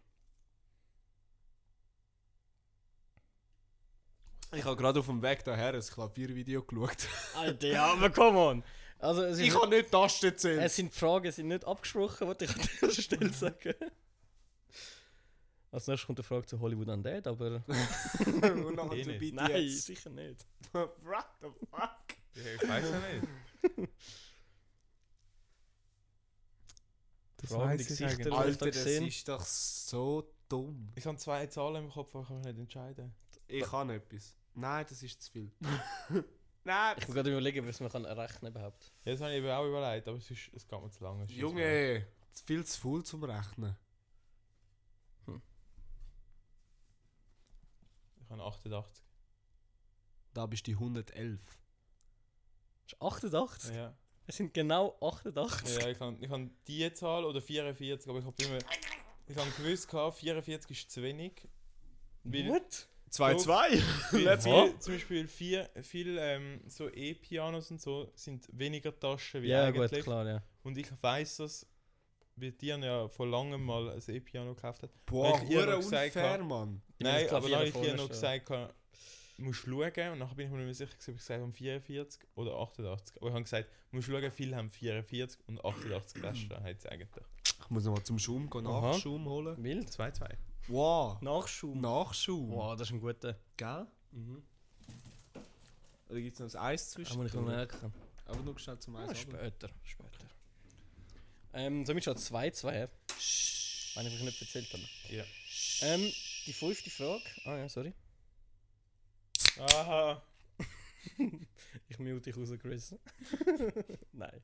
Ich habe gerade auf dem Weg daher ein Klaviervideo geschaut. Alter, ja, aber come on! Also es, Ich ist, habe nicht Tasten gezählt. es sind die Fragen sind nicht abgesprochen, wollte ich an dieser Stelle sagen. Als nächstes kommt eine Frage zu Hollywood Undead, aber... Und nachher Eh zu nicht. bitte Nein, jetzt. sicher nicht. What the fuck? Ja, ich weiß ja nicht. Das Fragende weiß ich Gesichter. eigentlich. Alter, Alter, das das ist doch so dumm. Ich habe zwei Zahlen im Kopf, aber ich kann mich nicht entscheiden. Ich habe etwas. Nein, das ist zu viel. Nein, Ich muss gerade überlegen, was man kann rechnen überhaupt. Ja, das habe ich eben auch überlegt, aber es, ist, es geht mir zu lange. es ist jetzt Junge, zu viel zu viel zum Rechnen. mal- Ich habe 88. Da bist du die 111. Das ist 88? Ja, Es sind genau 88. ja ich, habe, ich habe die Zahl oder 44, aber ich habe immer... Ich habe gewusst, gehabt, 44 ist zu wenig. Weil- What? 2-2? Weil Let's viel, go. zum Beispiel viel, viel ähm, so E-Pianos und so sind weniger Taschen wie Ja, gut, eigentlich. klar, ja. Und ich weiß das, weil Dian ja vor langem mal ein E-Piano gekauft hat. Boah, Weil ich ihr hure noch gesagt unfair, habe- Mann. Nein, das aber Klavier dann habe da ich vorne dir noch stehen. gesagt, habe, du musst schauen. Und nachher bin ich mir nicht mehr sicher, gewesen, ob ich gesagt habe 44 oder 88. Aber ich habe gesagt, du musst schauen, viele haben 44 und 88 Taschen, heißt es eigentlich. Ich muss nochmal zum Schaum gehen, Aha. Nachschum holen. Wild. 2-2. Wow, Nachschum. Nachschum. Wow, das ist ein guter. Gell? Mhm. Oder gibt es noch ein Eis Das zwischen? muss ich noch merken. Aber nur schnell zum Eis. Ah, runter. später. später. Ähm, somit schon 2-2, wenn ich mich nicht erzählt habe. Ja. Ähm, die fünfte Frage. Ah ja, sorry. Aha. Ich mute dich raus, Chris. Nein.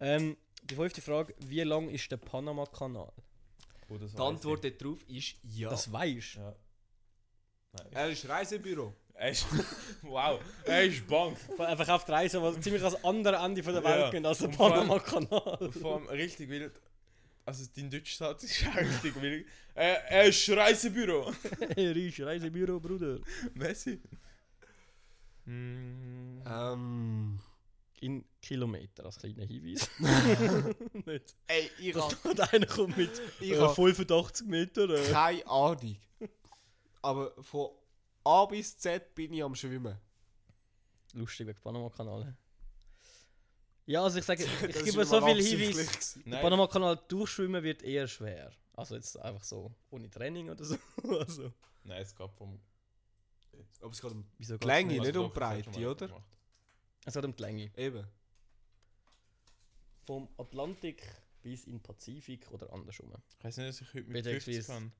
Ähm, die fünfte Frage: Wie lang ist der Panama-Kanal? Oh, das Die Antwort darauf ist ja. Das weißt du. Ja. Nein. er ist Reisebüro. Er ist, wow, er ist Bank. Er verkauft Reisen, die ziemlich ans andere Ende von der Welt Ja. gehen als der Und vor allem- Panama-Kanal. Und vor allem richtig wild. Also dein deutscher Satz ist auch richtig wild. Er, er ist Reisebüro. er ist Reisebüro, Bruder. Messi. Mm, Ähm. In Kilometer, als kleiner Hinweis. Nicht. Ey, ich Dass da einer kommt mit Ich äh, habe 85 Metern. Äh. keine Ahnung. Aber von A bis Z bin ich am Schwimmen. lustig wegen Panama-Kanal. Ja, also ich sage, Das ich ist gebe so mal viele absichtlich Hinweise. gewesen. Der nein, Panama-Kanal durchschwimmen wird eher schwer. Also jetzt einfach so, ohne Training oder so. Also, nein, es gab vom. Aber es geht um wieso Die Länge, nicht? nicht um doch, das hat schon Breite, mal oder? gemacht. Es geht um die Länge. eben. Vom Atlantik bis in den Pazifik oder andersrum. Ich weiß nicht, dass ich heute mit Bedenklich 50 ist- kann.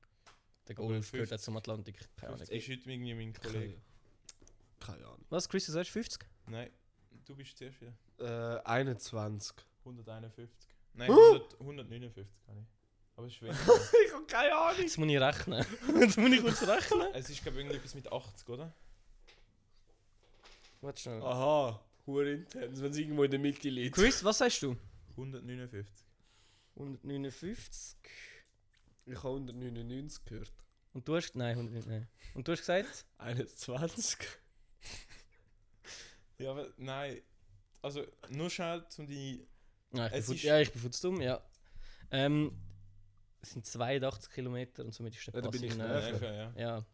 Der Aber Golf 50 gehört auch zum Atlantik. Keine Ahnung. Das ist heute irgendwie mein Kollege. Keine Ahnung. Was, Chris, du sagst 50? Nein, du bist zuerst wieder. Äh, 21. 151. Nein, 100, 159 kann ich. Aber es ist weniger. Ich habe keine Ahnung. Jetzt muss ich rechnen. Jetzt muss ich kurz rechnen. es ist, glaube ich, irgendetwas mit 80, oder? Warte schnell. Aha, hure intens, wenn es irgendwo in der Mitte liegt. Chris, was sagst du? 159. 159. Ich habe 199 gehört. Und du hast. Nein, 100, nein. Und du hast gesagt? 21. Ja, aber nein. Also, nur schnell, um die. Nein, ich bin, Es fut, ist- ja, ich bin futz dumm, ja. Ähm, es sind 82 Kilometer und somit ist der Ja, da Pass bin ich in näher. Nähe. Nein, schon, ja. Ja.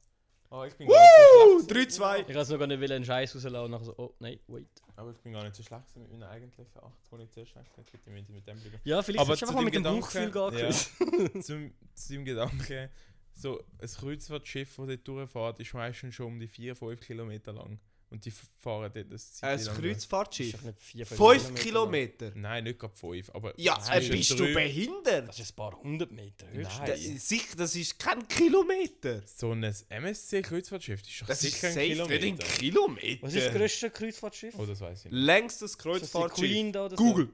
Ah, ich bin gar nicht so schlecht. 3-2. Ich kann es noch gar nicht will, einen Scheiß rauslassen und nachher so, oh nein, wait. Aber ich bin gar nicht so schlecht gewesen mit meinen eigentlichen 80, die ich zuerst schlecht hätte. Ich müsste mit dem bleiben. Ja, vielleicht Aber solltest du zu einfach mal dem mit dem Gedanken- Bauchgefühl gehen, ja. Chris. zum, zum Gedanken, so ein Kreuzfahrtschiff, das dort durchfährt, ist meistens schon um die 4-5 Kilometer lang. Und die f- fahren dort das Zeit Ein lang Das ist doch Kreuzfahrtschiff. nicht vier, fünf 5 lang. Kilometer. durch. Nein, nicht gerade 5, aber. Ja, es äh, ist bist drei- du behindert? Das ist ein paar hundert Meter höchstens. Nein. Das ist, sicher, das ist kein Kilometer. So ein MSC-Kreuzfahrtschiff ist doch Das ist sicher ein safe nicht ein Kilometer. Kilometer. Was ist das größte Kreuzfahrtschiff? Oh, das weiß ich nicht. Längstes Ist das die Kreuzfahrtschiff. Queen da oder so? Google.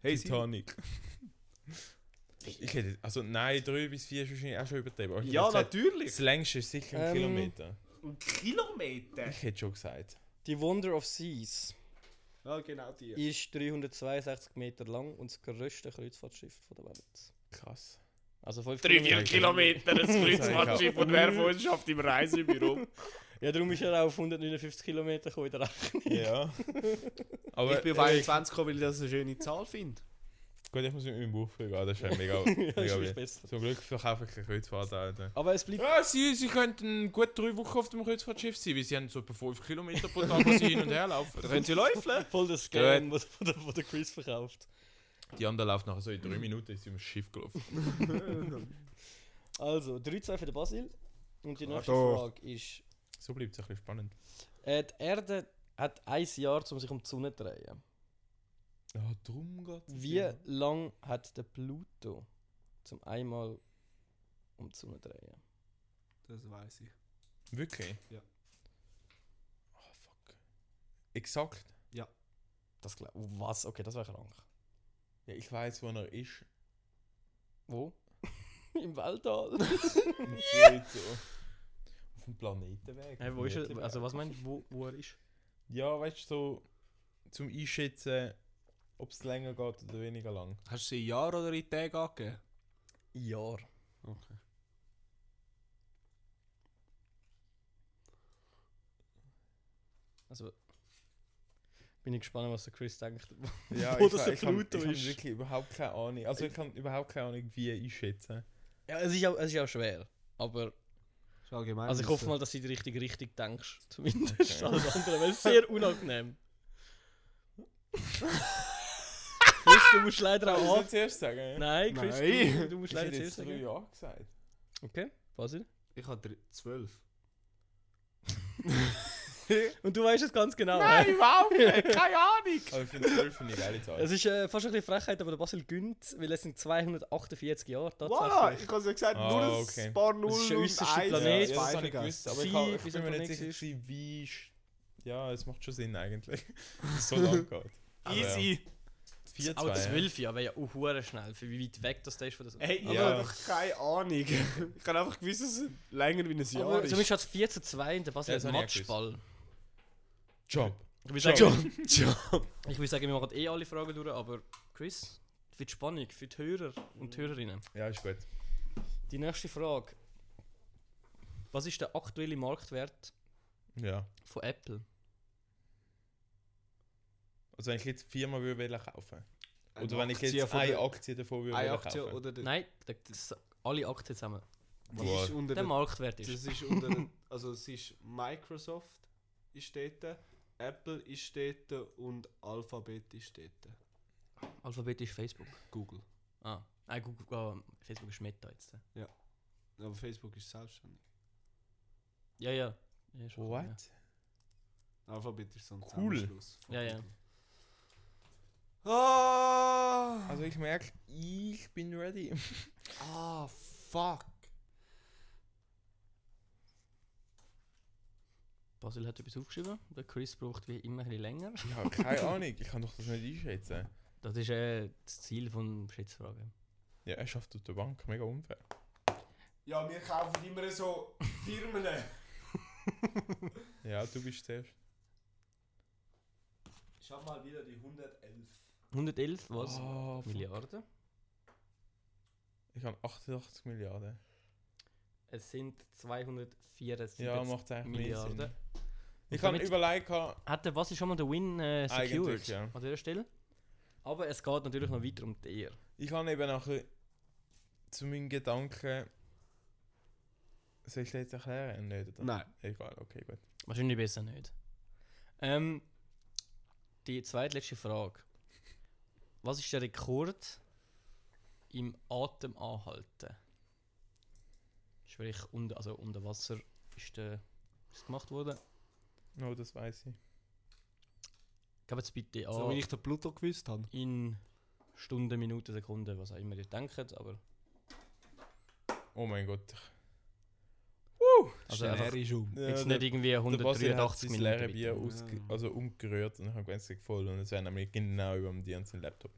Hey, Siri. Titanic. ich hätte, also nein, 3 bis 4 ist wahrscheinlich auch schon übertrieben. aber ich Ja, hätte gesagt, natürlich. Das längste ist sicher ein Ähm. Kilometer. Ein Kilometer. Ich hätte schon gesagt. Die Wonder of Seas Ja, genau die. ist 362 Meter lang und das größte Kreuzfahrtschiff von der Welt. Krass. Also 5 3, 4 Kilometer, das Kreuzfahrtschiff Kreuzfahrtschiff und wer von uns schafft im Reisebüro. Ja, darum ist er auf 159 Kilometer gekommen in der Rechnung. Ja. aber äh, Ich bin auf 21 gekommen, weil ich das eine schöne Zahl finde. Gut, ich muss mit meinem Buch gehen, das ist ja mega, Das ist mega vielleicht weh. besser. Zum Glück verkaufe ich keine Kreuzfahrtauto. Aber es bleibt... Ja, Ah, sie, sie könnten gut drei Wochen auf dem Kreuzfahrtschiff sein, weil sie haben so etwa 5 Kilometer pro Tag, wo sie hin und her laufen. Da können Sie läufeln. Voll der Scam, was der, wo der Chris verkauft. Die anderen laufen nachher so in 3 Minuten ist sie ums Schiff gelaufen. Also, 3-2 für den Basil. Und die nächste Doch. Frage ist... So bleibt es ein bisschen spannend. Äh, die Erde hat ein Jahr, um sich um die Sonne zu drehen. Ja, Ah, drum geht's. Wie lang hat der Pluto zum einmal um die Sonne zu drehen? Das weiß ich. Wirklich? Ja. Ah, fuck. Exakt. Das glaube ich. Was? Okay, das wäre krank. Ja, ich weiß, wo er ist. Wo? Im Weltall. Und yeah. so. Auf dem Planetenweg. Hey, wo ist er? Also was meinst du, wo, wo er ist? Ja, weißt du, so zum Einschätzen, ob es länger geht oder weniger lang. Hast du sie ein Jahr oder in Tage angegeben? Jahr. Okay. Also bin ich gespannt, was der Chris denkt. Ja, Wo ich das ha- der ich hab- Pluto ich hab ist. wirklich überhaupt keine Ahnung. Also ich kann überhaupt keine Ahnung, wie einschätzen. Ja, es ist auch, es ist auch schwer. Aber Ist allgemein. also ich hoffe mal, dass du in die richtige Richtung denkst. Zumindest. Alles andere wäre sehr unangenehm. Chris, du musst leider Kann ich auch das zuerst sagen? Nein, Chris, Du, Nein. du musst ich leider hätte zuerst jetzt drei sagen. Jahre gesagt. Okay, Basil. Ich habe 12. Und du weißt es ganz genau. hä? überhaupt nicht. Keine Ahnung. Aber für zwölf finde ich eine geile Zahl. Es ist äh, fast ein bisschen Frechheit, aber der Basil gönnt, weil es sind 248 Jahre Wow, tatsächlich. ich habe ja gesagt, Ah, nur ein okay. paar Das ist der Null und äußerste ja, ja, Planet. Eins. das habe ich vergessen. gewusst, aber ich, Sie, kann, ich bis bin er mir nicht nix sicher, ist. gewesen, wie... sch- Ja, es macht schon Sinn eigentlich, dass es so lang geht. Aber ja. Easy. Vier, Auch zwei, ja. 12 Jahre wäre ja auch hure schnell, für wie weit weg das da ist von der Sonne. Ey, ich Ja. habe doch keine Ahnung. Ich habe einfach gewusst, dass es länger wie ein Jahr aber ist. zumindest hat es 4 zu 2 und der Basil Ja, hat das einen habe ich auch Matschball. Job. Ich würde sagen, John, John. ich würde sagen, wir machen eh alle Fragen durch, aber Chris, für die Spannung, für die Hörer und die Hörerinnen. Ja, ist gut. Die nächste Frage. Was ist der aktuelle Marktwert Ja. von Apple? Also wenn ich jetzt die Firma würde wollen kaufen oder wenn ich Aktie jetzt von eine der- Aktie davon würde Eine wollen Aktie kaufen. oder der. Nein, der, das, alle Aktien zusammen. Die ist Wow. unter Der der Marktwert ist. Das ist unter den- also es ist Microsoft ist dort, Apple ist dort und Alphabet ist dort. Alphabet ist Facebook. Google. Ah, nein, Google, ah, Facebook ist Meta jetzt. Aber Facebook ist selbstständig. Ja, ja. ja schon klar, ja. What? Alphabet ist so ein Cool. Zusammenschluss. von Ja, ja. Google. Ah, Also ich merke, ich bin ready. ah, fuck. Basil hat etwas aufgeschrieben. Der Chris braucht wie immer ein bisschen länger. Ich habe keine Ahnung, ich kann doch das nicht einschätzen. Das ist äh, das Ziel von Schätzfragen. Ja, er schafft auf der Bank, mega unfair. Ja, wir kaufen immer so Firmen. Ja, du bist zuerst. Ich habe mal wieder die 111. 111 was? Oh, fuck. Milliarden. Ich habe 88 Milliarden. Es sind 274. Ja, macht eigentlich mehr Milliarden. Sinn. Ich Und habe damit- überlegt, gehabt, Hat der Basil schon mal den Win äh, secured Eigentlich, ja. an dieser Stelle? Aber es geht natürlich noch weiter um die Ehre. ich habe eben nachher zu meinen Gedanken. Soll ich das jetzt erklären? Nicht, oder? Nein. Egal, okay, gut. Wahrscheinlich besser nicht. Ähm, die zweitletzte Frage. Was ist der Rekord im Atem anhalten? Sprich, unter, also unter Wasser ist, der, ist gemacht worden. No, Oh, das weiß ich. Geben Sie bitte an So wie ich den Pluto gewusst habe. in Stunden, Minuten, Sekunden, was auch immer ihr denkt. Aber Oh mein Gott. also einfach, ist um. Ja, jetzt der- nicht irgendwie der Basil hat 183 sein leere Minuten. Bier bitte. ausge Ja. also umgerührt und ich habe ganz voll und es wäre nämlich genau über dem Dienst Laptop.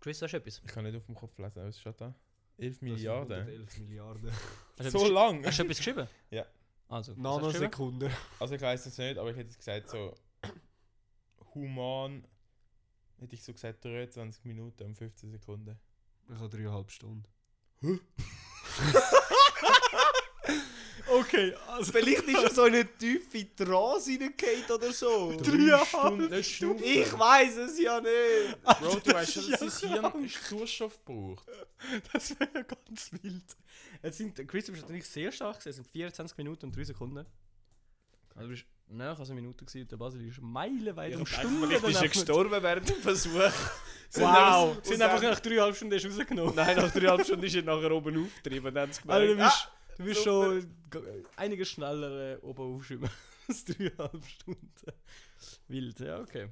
Chris, hast du etwas? Ich kann nicht auf dem Kopf lesen, was steht da? 11 Milliarden? 11 Milliarden. Hast du So etwas- lang! Hast du etwas geschrieben? Ja. Also, was hast du geschrieben? Nanosekunde. Also ich weiß es nicht, aber ich hätte jetzt gesagt so human hätte ich so gesagt 23 Minuten und 15 Sekunden. Ich habe dreieinhalb Stunden. Okay, Also vielleicht ist er so in eine tiefe Trance reingekommen oder so. Dreieinhalb Stunden. Ich weiß es ja nicht. Bro, du weißt schon, dass dein Hirn ist Sauerstoff braucht. Das wäre ja ganz wild. Es sind, Chris, du bist natürlich sehr stark, gewesen. es sind 24 Minuten und 3 Sekunden. Also du bist näher als eine Minute gewesen, und der Basil ist meilenweit um Stunden Vielleicht ist er danach- gestorben während dem Versuch. Wow! Sind einfach nach 3,5 Stunden erst rausgenommen. Nein, nach dreieinhalb Stunden ist er nachher oben aufgetrieben. Dann haben sie gemerkt, Also, du ah, bist, du bist schon g- einiges schneller äh, oben aufschreiben als 3,5 Stunden. Wild, ja, okay.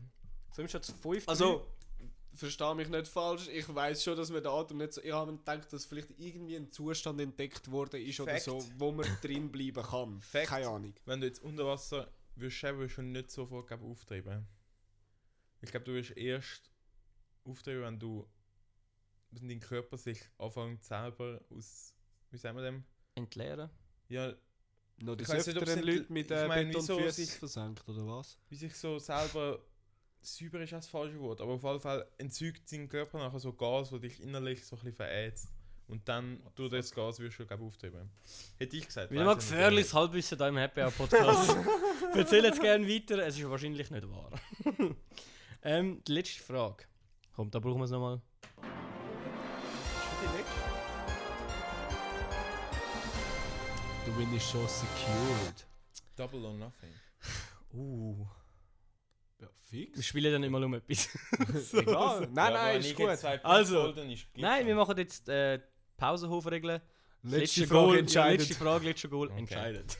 So im Schatz 5. Also, verstehe mich nicht falsch, ich weiß schon, dass man den Atem nicht so. Ich habe mir gedacht, dass vielleicht irgendwie ein Zustand entdeckt worden ist oder Fact. so, wo man drin bleiben kann. Fact. Keine Ahnung. Wenn du jetzt unter Wasser würdest, schweben, würdest du nicht sofort glaub, auftreiben. Ich glaube, du wirst erst auftreiben, wenn du wenn dein Körper sich anfängt selber aus wie sagen wir dem? entleeren. Ja, Noch Ich des weiss nicht, ob öfteren es nicht- Leute mit ich äh, meine, Bett und wieso Füßen sich- versenkt, oder was? wie sich so selber sauber ist das falsche Wort, aber auf jeden Fall entzieht dein Körper nachher so Gas, das dich innerlich so ein bisschen verätzt. Und dann durch das Gas wirst du, glaube ich, auftreiben. Hätte ich gesagt. Wieder weiss mal ich nicht. gefährliches Halbwissen hier im Happy Hour Podcast. Erzähl jetzt gerne weiter, es ist wahrscheinlich nicht wahr. ähm, die letzte Frage. Komm, da brauchen wir es nochmal. Du bin ich schon secured. Double or nothing. Uh. Ja, Wir fix. spielen dann nicht mal um etwas. Egal. Nein, nein, ist gut. Also, also, dann ist Nein, wir machen jetzt äh, die Pausenhofregeln. Letzte Frage Letzte entscheidet. Frage, letzte Goal Okay. entscheidet.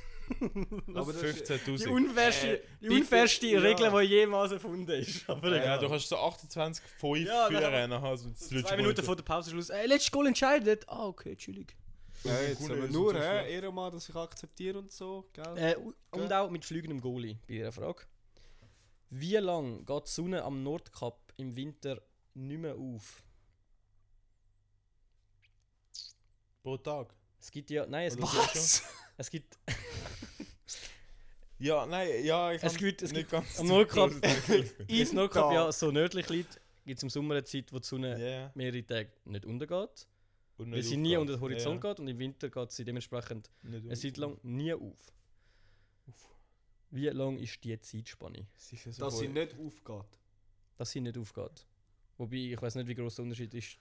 Aber das ist- 15.000. Die unfairste, Äh, die bitte, unfairste ja. Regel, die jemals erfunden ist. Aber Ja, egal. du kannst so 28 5 Ja, dann- führen, nachher also das Zwei Minuten vor der Pause Schluss. Äh, letztes Goal entscheidet. Ah, okay, chillig. Ja, jetzt aber Cool, nur, das ist hä? schlecht. Ehrenmann, dass ich akzeptiere und so, gell? Äh, u- und auch mit fliegendem Goalie bei dieser Frage. Wie lange geht die Sonne am Nordkap im Winter nicht mehr auf? pro Tag. Es gibt ja. Nein, es Also Oder gibt. so schon. Es gibt. Ja, nein, ja, ich Es hab gibt- es gibt- ganz am Nordkap- zugehört. Ins Nordkap Tag. ja so nördlich liegt, gibt es im Sommer eine Zeit, wo die Sonne Ja. mehrere Tage nicht untergeht. Und Weil nicht sie nie aufgehört. unter den Horizont ja. geht und im Winter geht sie dementsprechend Nicht eine Zeit lang nie auf. Wie lang ist die Zeitspanne, Sicher so Dass sie voll- nicht aufgeht. dass sie nicht aufgeht? Wobei, ich weiß nicht, wie groß der Unterschied ist.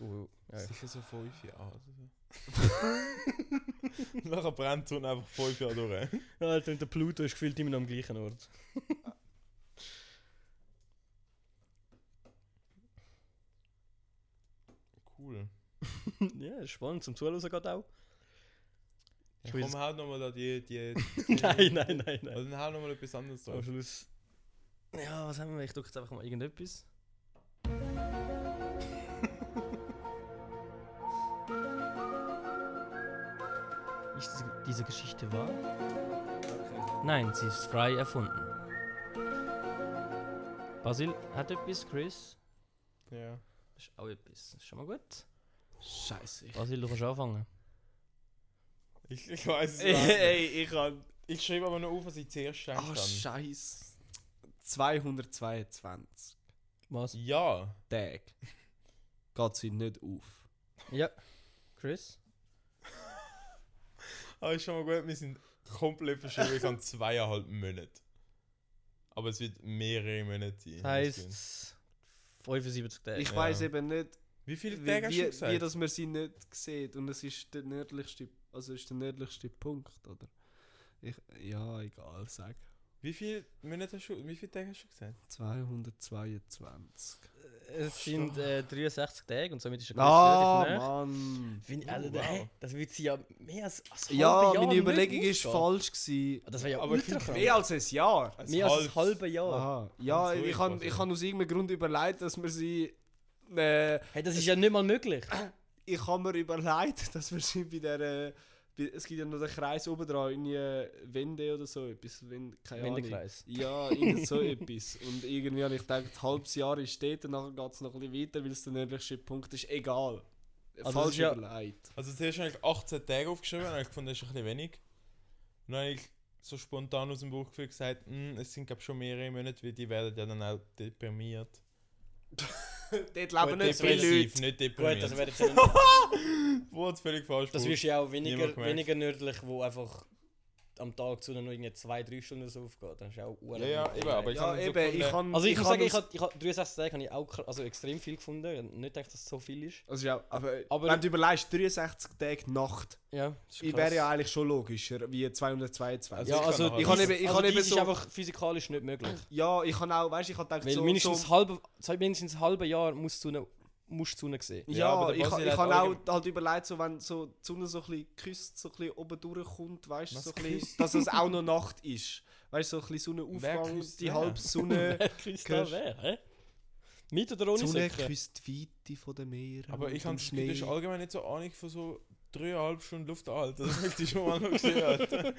Uh, ja, ja. Sicher so 5 Jahre oder so. Nachher brennt die Sonne einfach 5 Jahre durch. Alter, und der Pluto ist gefühlt immer noch am gleichen Ort. Cool. ja, ist spannend, zum Zuhören geht auch. Ja, Ich will komm, halt nochmal da die... die nein, nein, nein, nein. Also, dann halt nochmal etwas anderes Am drauf. Schluss. Ja, was haben wir? Ich drücke jetzt einfach mal irgendetwas. ist das diese Geschichte wahr? Nein, sie ist frei erfunden. Basil hat etwas, Chris. Ja. Das ist auch etwas. Das ist schon mal gut. Scheiße. Basil, du kannst anfangen. Ich, ich weiß es nicht. Ey, ich kann. Ich schreibe aber noch auf, was ich zuerst denke. Oh, Scheiße. 222 Was? ja. Tage. Geht sie nicht auf. Ja. Chris? Aber ist schon mal gut, wir sind komplett verschieden. Ich habe zweieinhalb Monate. Aber es wird mehrere Monate sein. Das heisst 75 Tage. Ich Ja. weiß eben nicht, Wie wie, viele Tage hast du wie, gesagt? wie dass man sie nicht sieht. Und es ist der nördlichste, also ist der nördlichste Punkt, oder? Ich, ja, egal, sag. wie viele Monate hast du, wie viele Tage hast du gesagt? 222. Es sind äh, 63 Tage und somit ist er Ah, relativ nah. Mann. Find, also, wow. hä? Das wird sie ja mehr als, als Ja, halbe Jahr meine nicht Überlegung ist aufgehen. falsch gewesen. Das war ja Aber ultra ich find- krass. Mehr als ein Jahr. Mehr Also als ein halbes Jahr. Aha. Ja, Ganz ruhig, ich habe Basil. ich han aus irgendeinem Grund überlegt, dass wir sie. Äh, Hey, das ist ja nicht mal möglich. ich habe mir überlegt, dass wir sie bei der. äh, bei- Es gibt ja noch den Kreis oben dran, irgendwie äh, Wende oder so etwas. Wend, keine Ahnung. Wendekreis. Ja, irgend so etwas. Und irgendwie habe ich gedacht, ein halbes Jahr ist dort und nachher geht es noch ein bisschen weiter, weil es der nördlichste Punkt ist. Egal. Also es Falsch ist ja- überlegt. Also zuerst habe ich 18 Tage aufgeschrieben, und ich fand das ist ein bisschen wenig. Und dann habe ich so spontan aus dem Bauchgefühl gesagt, «Hm, es sind glaube schon mehrere Monate, weil die werden ja dann auch deprimiert. Dort leben nicht viele Depressiv, Leute. ne? nicht Gut, das deprimiert. wäre jetzt ja- Wort völlig falsch. Das gebraucht. wirst ja auch Niemand weniger, gemerkt. weniger nördlich, wo einfach am Tag zu nur irgendwie zwei, drei Stunden so aufgeht. Das ist auch ja, ja, eben, aber ich Ja, habe so eben, ich gefunden- kann. Also ich, muss han sagen, ich aus- habe ich hab 63 Tage habe ich auch kr- also extrem viel gefunden. Nicht gedacht, dass es so viel ist. Also ja, aber, Aber- wenn du überlegst, 63 Tage Nacht, Ja, ich wäre ja eigentlich schon logischer, wie 222. Also Ja, ich also kann ich auch- habe eben, ich also habe eben dies so, ist einfach physikalisch nicht möglich. ja, ich habe auch, weißt, ich habe gedacht, Weil so, mindestens so halbe, seit mindestens halbe Jahr musst du ne, musst du ne sehen. Ja, ja, aber der ich, Basil ich hat habe auch allgemein- halt überlegt, so, wenn so die Sonne so ein bisschen küsst, so ein bisschen oben durchkommt, weißt, Was so ein bisschen, dass es auch noch Nacht ist. Weißt du, so ein bisschen Sonnenaufgang, küsst die wer? halbe Sonne. Küsst da Gehörst- wer, hä? Mit oder ohne Säcke? küsst die Weite von den Meeren. Aber ich habe habe das Gefühl, du hast allgemein nicht so Ahnung von so dreieinhalb Stunden Lufterhalt. Das möchte ich schon mal noch gesehen. haben.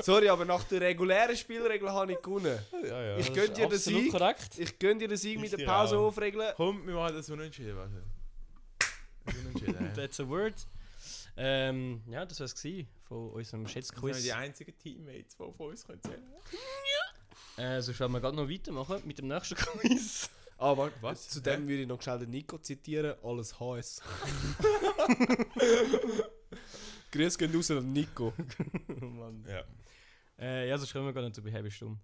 Sorry, aber nach der regulären Spielregel habe ich gewonnen. ja, ja. Ich gönne dir den absolut Sieg. korrekt. Ich gönne dir den Sieg Ich mit der dir Pause auch. aufregeln. Komm, wir machen das unentschieden, warte. Das Unentschieden, ja. That's a word. Ähm, ja, das war's gewesen von unserem Das sind Schätzquiz. die einzigen Teammates, die von uns können zählen Äh, sonst werden wir gerade noch weitermachen mit dem nächsten Quiz. Aber Was? zu dem würde ich noch schnell den Nico zitieren. Alles heiß. Grüß gehen raus an Nico. Ja. Äh, ja, sonst kommen wir gar nicht zu Happy Stumm.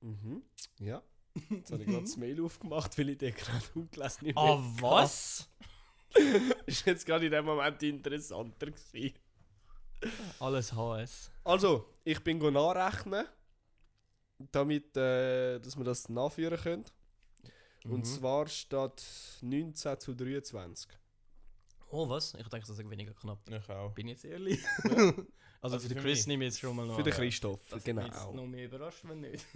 Mhm. Ja. Jetzt habe ich gerade das Mail aufgemacht, weil ich den gerade ungelesen habe. Ah, was? Ist jetzt gerade in dem Moment interessanter gewesen. Alles HS. Also, ich bin go nachrechnen, damit äh, dass wir das nachführen können. Und zwar statt 19 zu 23. Oh, was? Ich denke, das ist weniger knapp. Ich auch. Bin ich jetzt ehrlich? also, für den für Chris mich. nehme ich jetzt schon mal noch. Für den an. Christoph, Das hat mich Jetzt genau. noch mehr überrascht, wenn nicht.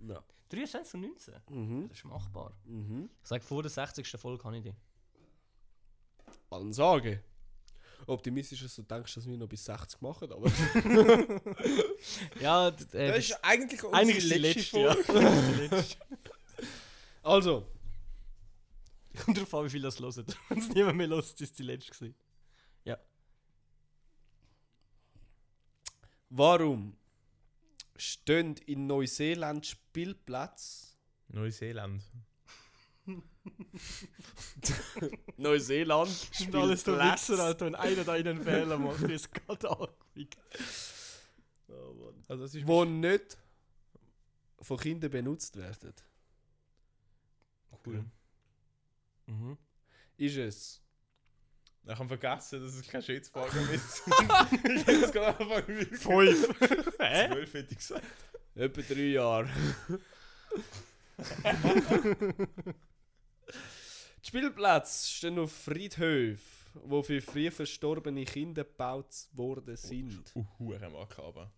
Ja. 23 von 19? Mhm. Das ist machbar. Mhm. Ich sage, vor der 60. Folge habe ich die. Ansage. Optimistisch, dass du denkst, dass wir noch bis 60 machen, aber Ja, d- äh, Das ist eigentlich unsere eigentlich ist die letzte, ja. also, Kommt drauf an, wie viel das hört. Wenn es niemand mehr hört, ist die letzte gewesen. warum stehen in Neuseeland Spielplätze? Neuseeland. Neuseeland Ist alles der Witzer, Alter. Wenn einer da einen Fehler macht, ist gerade angefickt. Oh Also das ist wo nicht von Kindern benutzt werden. cool. Mhm. Ist es Ich habe vergessen, dass es keine Schätzfrage ist. ich hätte es gerade angefangen mit Fünf! Hä? zwölf hätte ich gesagt. etwa drei Jahre? Die Spielplätze stehen auf Friedhöfen, wo für früh verstorbene Kinder gebaut worden sind. Uh, hure makaber.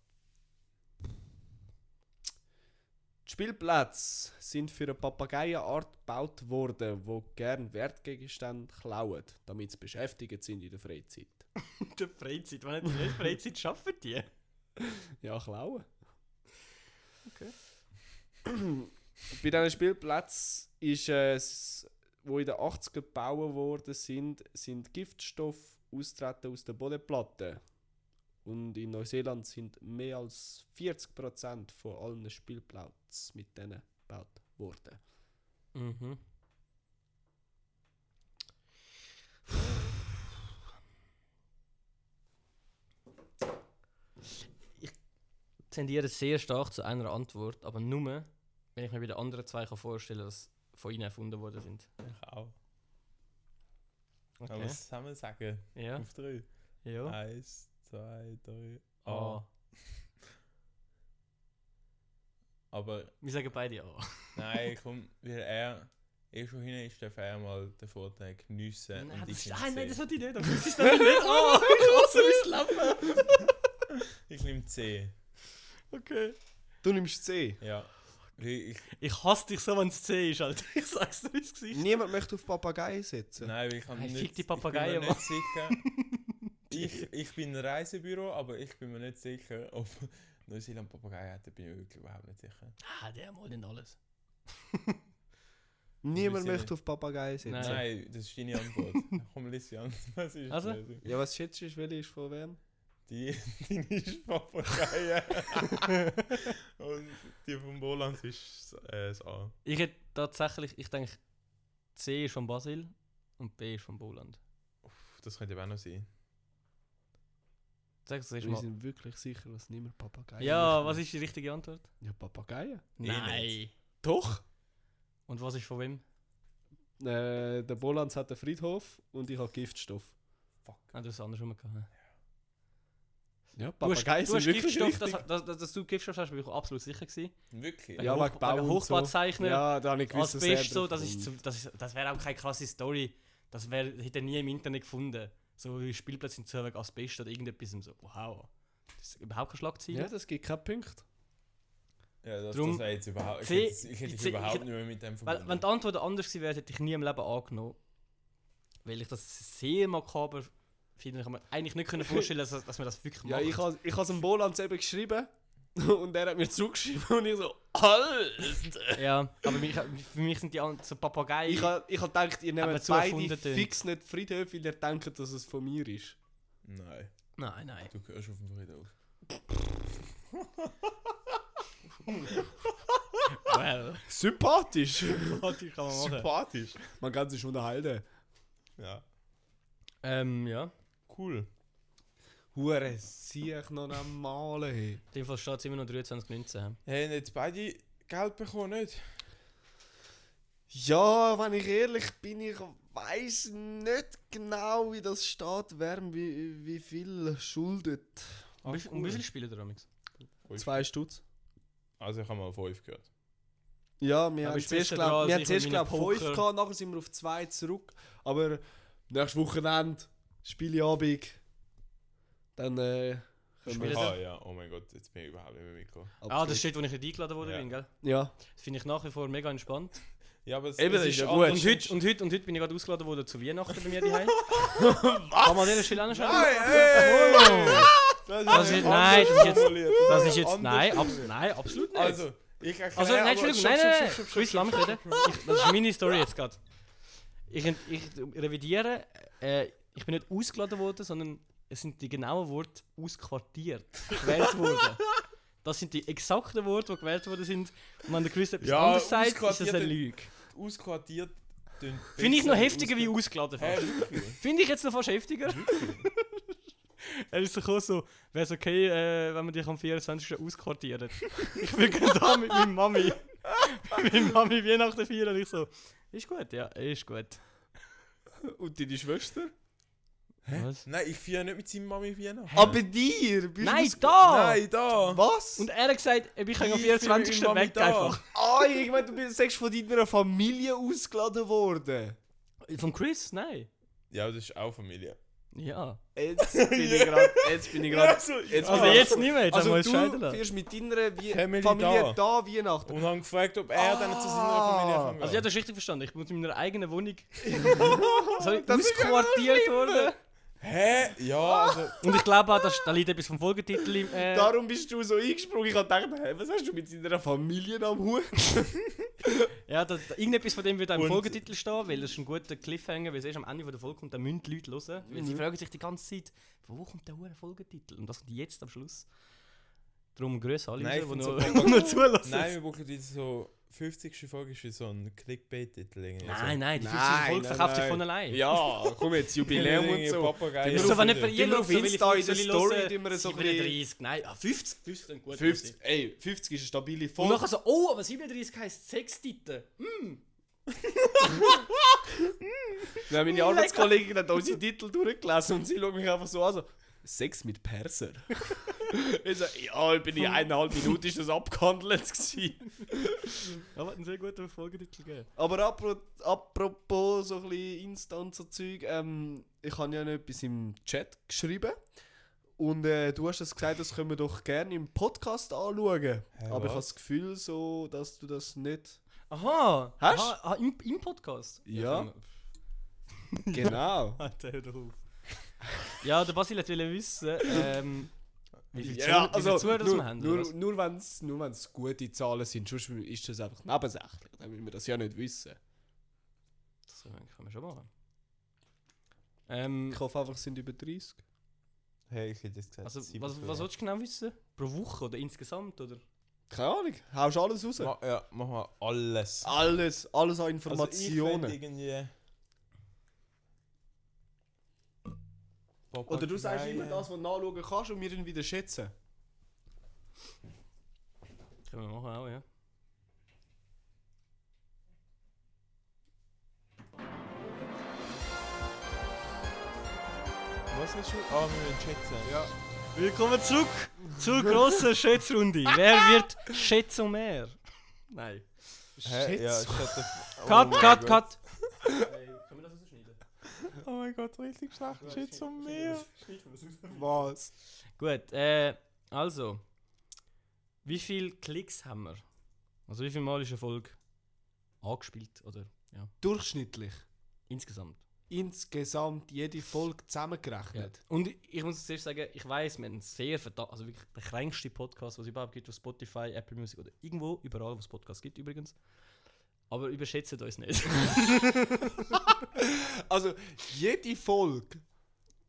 Die Spielplätze sind für eine Papageienart gebaut worden, wo gern Wertgegenstände klauen, damit sie beschäftigt sind in der Freizeit. der Freizeit. Wenn die nicht Freizeit schaffen, die. Ja, klauen. Okay. Bei diesen Spielplätzen ist es, wo in den 80ern gebaut worden sind, sind Giftstoffe austreten aus der Bodenplatte. Und in Neuseeland sind mehr als 40% von allen Spielplätzen mit denen gebaut worden. Mhm. Ich tendiere sehr stark zu einer Antwort, aber nur, wenn ich mir bei den anderen zwei kann vorstellen kann, dass von ihnen erfunden worden sind. Ich auch. Okay. Aber was haben wir sagen? ja. Auf drei. ja. Eins, zwei, drei. Ah. Ah. Aber Wir sagen beide A. nein, komm, weil er eh schon hin ist, darf er mal den Vorteil geniessen. Nein, das und ich ist, nicht ah, nein, das C. wollte ich nicht. Aber das ist dann nicht A. Ich hasse mein Leben. Ich nehme C. Okay. Du nimmst C. Ja. Weil Ich, Ich hasse dich so, wenn es C ist, Alter. Ich sag's dir ins Gesicht. Niemand möchte auf Papageien setzen. nein, weil ich kann Hey, nicht. fick die Papageien, ich bin mir nicht sicher. ich, ich bin ein Reisebüro, aber ich bin mir nicht sicher, ob Neuseeland Papageien hat. Da bin ich wirklich überhaupt nicht sicher. Ah, der mal nicht alles. Niemand Wieso möchte nicht? auf Papageien setzen. Nein. Nein, das ist deine Antwort. komm, Lissi, was ist Also? die Lösung? Ja, was schätzt du, welche ist von wem? Die, die ist Papagei. Und die von Bolands ist äh, das A. Ich hätte tatsächlich, ich denke, C ist von Basil und B ist von Boland. Uff, das könnte eben auch noch sein. Sag es Wir erstmal. sind wirklich sicher, dass niemand Papageien Ja, möchte. was ist die richtige Antwort? Ja, Papageien. nicht. Doch. Und was ist von wem? Äh, der Bolanz hat einen Friedhof und ich habe Giftstoff. Ah, du hast es andersrum gehabt. Ja, Du hast, du hast Giftstoff, richtig. das, das, das, dass du Giftstoff hast, bin ich absolut sicher gewesen. Wirklich? Ja, Wegen wegen Hoch- Bau wegen und so. Hochbauzeichner, Ja, da habe ich gewusst, ne. Als dass er Beste so, drauf das, ist zu, kommt. das, ist, das wäre auch keine krasse Story. Das wär, hätte nie im Internet gefunden. So wie Spielplätze sind zu wegen Asbest oder irgendetwas. und So, wow. Das ist überhaupt kein Schlagzeil. Ja, das gibt keinen Punkt. Ja, das, Drum- das wär jetzt überhaupt. Ich C- hätte, es- ich hätte die dich C- überhaupt ich- nicht mehr mit dem Weil, verbunden. wenn die Antwort anders gewesen wäre, hätte ich nie im Leben angenommen. Weil ich das sehr makaber finde. Ich kann mir eigentlich nicht können vorstellen, dass, dass man das wirklich Ja, macht. ich habe ich es Bolanz eben geschrieben und er hat mir zurückgeschrieben und ich so, ah, Alter! ja aber mich, für mich sind die anderen so Papageien. Ich habe ich hab gedacht, ihr Aber nehmt zu beide erfunden tönt. fix nicht Friedhöfe, weil ihr denkt, dass es von mir ist. Nein, nein, nein. du gehörst auf den Friedhof. Well, Sympathisch! natürlich kann man machen. Sympathisch. Man kann sich unterhalten. Ja. Ähm, ja. In Cool. Hure, sieh ich noch einmal. ey. dem Fall steht es immer noch 23,19. Hey, haben jetzt beide Geld bekommen, nicht? Ja, wenn ich ehrlich bin, ich weiß nicht genau, wie das steht, wer wie, wie viel schuldet. Um wie, viel- um wie viele Spiele da amigs? Zwei Stutz. Also, ich habe mal 5 gehört. Ja, wir Aber haben ich bin zuerst, sicher glaub, dran, wir dass haben ich zuerst mit glaub, meinen fünf Poker- gehabt, nachher sind wir auf zwei zurück. Aber nächstes Wochenende, Spieleabend, dann äh, können Spielen wir... Ah, dann? ja, oh mein Gott, jetzt bin ich überhaupt nicht mehr mitgekommen. Ah, das steht, wo ich nicht eingeladen wurde, Ja. bin, gell? Ja. Das finde ich nach wie vor mega entspannt. Ja, aber es, Eben, es das ist ja anders. Und heute, und heute, und heute bin ich gerade ausgeladen worden zu Weihnachten bei mir daheim. Was? Kann man an dieser Stelle anschauen? Das ist Das ist, anders nein, das ist jetzt, formuliert. das ist jetzt, Anders nein, abs nein, absolut nicht. Also, ich erkläre Also, nein, aber- Entschuldigung, Stopp, nein, stopp, nein, stopp, nein, Chris, lass mich reden. Ich, das ist meine Story jetzt gerade. Ich, ent- ich revidiere, äh, ich bin nicht ausgeladen worden, sondern es sind die genauen Worte ausquartiert, gewählt worden. Das sind die exakten Worte, die gewählt worden sind. Und wenn der Chris etwas Ja, anderes sagt, ist das eine ausquartiert- Lüge. stopp. Ausquartiert. tönt Finde ich besser noch heftiger wie ausquartiert. ausgeladen fast. Hey, Äh, wirklich? Finde ich jetzt noch fast heftiger. er ist so gekommen, so, wäre es okay, äh, wenn wir dich am 24. ausquartieren. ich bin gerade da mit meiner Mami. mit meiner Mami Weihnachten feiern und ich so, ist gut, ja, ist gut. Und deine Schwester? Was? Nein, ich feiere nicht mit seiner Mami Weihnachten. Ah, bei dir? Bist du Nein, aus- da! Nein, da! Was? Und er hat gesagt, ich kann am Ich bin mit 24. Mami weg da. einfach. Ah, ich meine, du bist sagst, von deiner Familie ausgeladen worden. Von Chris? Nein. Ja, das ist auch Familie. Ja. Jetzt bin ich gerade. Jetzt bin ich gerade. Jetzt Also bin ich- jetzt nicht mehr, jetzt haben Also wir uns scheiden du lassen. fährst mit deiner Wie Family Familie, da. da. Weihnachten. Und haben gefragt, ob er dann zu seiner Familie Ah. kann Also ich gehen. habe das richtig verstanden, ich bin in meiner eigenen Wohnung so ausquartiert worden. Hä? Ja, Ah. also. Und ich glaube auch, dass- da liegt etwas vom Folgetitel im... Äh, Darum bist du so eingesprungen. Ich habe gedacht, hä, was hast du mit deiner Familie am Hut? ja, da, da, irgendetwas von dem wird auch im Und- Folgetitel stehen, weil das ist ein guter Cliffhanger, weil es erst am Ende von der Folge kommt, dann müssen die Leute hören. Weil sie fragen sich die ganze Zeit, von wo kommt der hohe Folgetitel? Und das kommt jetzt am Schluss. Darum grüße alle, Nein, raus, ich die find's noch, so- die noch zulassen. Nein, wir brauchen diese so 50. Folge ist wie so ein Clickbait-Titel. irgendwie. Nein, so. nein, die 50. Folge verkauft sich von allein. Ja, komm jetzt, Jubiläum und so. Papagei. Wir Also, wenn jemand Finden. jemand auf so will, Insta in soll der ich Story hören, tun wir so ein 37, nein, ah, 50. 50 dann gut. 50, ey, 50 ist eine stabile Und Folge. nachher so, oh, aber 37 heisst Sextite. Nein, meine Arbeitskollegin hat unsere Titel durchgelesen und sie schaut mich einfach so an. So, Sex mit Perser. ich so, ja, ich bin in eineinhalb Minuten ist das abgehandelt. Gewesen. Aber hat einen sehr guten Folgetitel gegeben. Aber apro apropos so ein bisschen Insta und so Zeug, ähm, ich habe ja noch etwas im Chat geschrieben. Und äh, du hast es gesagt, das können wir doch gerne im Podcast anschauen. Aber ich habe was? das Gefühl so, dass du das nicht. Aha! Hast? Aha, aha, im, Im Podcast? Ja, Also, genau. Alter, hör doch auf. Ja, der Basil wollte wissen, ähm, wie viele Zuhörer- Ja, wie viele also Zuhörer das wir nur, haben. oder was? nur, nur wenn es nur wenn's gute Zahlen sind, sonst ist das einfach nebensächlich, dann will wir das ja nicht wissen. Das kann man schon machen. Ähm, Ich hoffe einfach, es sind über 30. Hey, ich hätte das gesagt. also, sieben was, Folgen. was willst du genau wissen? Pro Woche oder insgesamt? Oder? Keine Ahnung, haust alles raus. Ma ja, machen wir alles. Ah, Alles, alles an Also Informationen. ich fänd irgendwie. Oder du sagst Papagei- immer das, was du nachschauen kannst und wir dann wieder schätzen. Können wir machen auch, ja. Was hast du? Ah, wir müssen schätzen. Ja. Willkommen zurück zur grossen Schätzrunde. Wer wird Schätzomer? Nein. Hä? Ja, schätzen. Oh Cut, cut, cut. Können wir das rausschneiden? Oh mein Gott, richtig schlecht. Schätz um mehr. Was? Gut, äh, also. Wie viele Klicks haben wir? Also wie viel Mal ist eine Folge angespielt? Oder ja, Durchschnittlich. insgesamt. Insgesamt jede Folge zusammengerechnet. Und ich- ich muss zuerst sagen, ich weiß, wir haben einen sehr verdammt, also wirklich der kränkste Podcast, was es überhaupt gibt auf Spotify, Apple Music oder irgendwo, überall, wo es Podcasts gibt übrigens. Aber überschätzt uns nicht. Also jede Folge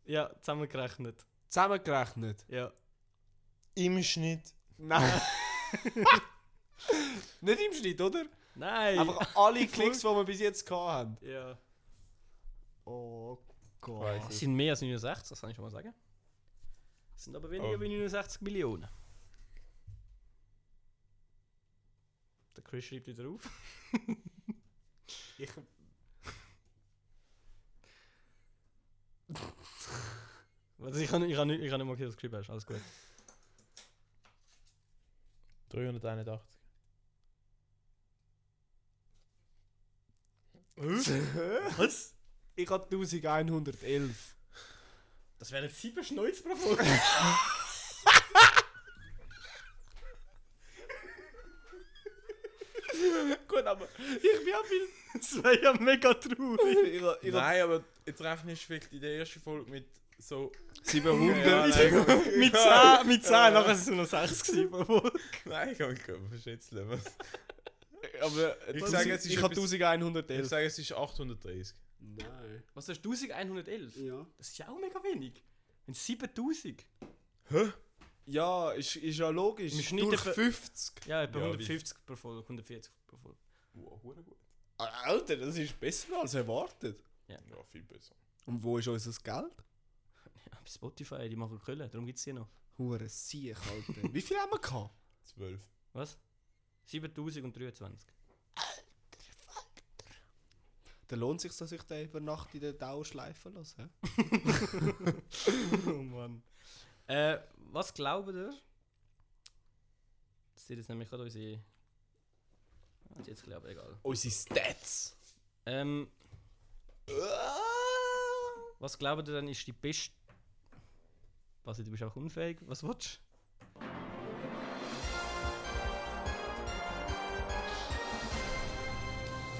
ja, zusammengerechnet. zusammengerechnet. Ja. Im Schnitt. Nein. nicht im Schnitt, oder? Nein! Einfach alle Klicks, die wir bis jetzt gehabt haben. ja. Oh Weiß Ah, Es ich. sind mehr als 69, das kann ich schon mal sagen. Es sind aber weniger Oh. wie 69 Millionen. Der Chris schreibt wieder auf. Ich. Also ich kann ich kann nicht, ich kann nicht mal das geschrieben hast, alles gut. 381. Was? Ich habe 1111. Das wären 7 Schneuze pro Folge. Gut, aber ich bin auch viel. Das wäre ja mega traurig. Ich hab, ich hab Nein, aber jetzt rechnest du vielleicht in der ersten Folge mit so. 700. Ja, nein, komm, mit 10, mit 10, nachher waren es nur noch 6 gewesen pro Folge. nein, komm, komm, verschätzt lieber. aber Ich ich sage, sage es ist ich habe etwas- Ich 1111. sage, es ist 830. Nein. Was hast du? 1111? Ja. Das ist ja auch mega wenig. Wenn 7000. Ja, ist, ist ja logisch. Im Schnitt Durch etwa- 50. Ja, etwa Ja, 150 pro Folge, 140 pro Folge. Wow, gut. Ah, Alter, das ist besser als erwartet. Ja, viel besser. Und wo ist unser Geld? Ja, Ah, bei Spotify, die machen Köln, darum gibt es die noch. Hure Siech, Alter. Wie viel haben wir gehabt? 12. Was? 7023. Dann lohnt es sich, dass ich den über Nacht in der Dauer schleifen lasse. hä? oh Mann. Äh, was glaubt ihr? Das sind jetzt nämlich gerade unsere. Ah, die Jetzt ein bisschen, aber egal. Unsere Stats. Ähm, Was glaubt ihr denn ist die beste. Was, du bist auch unfähig? Was willst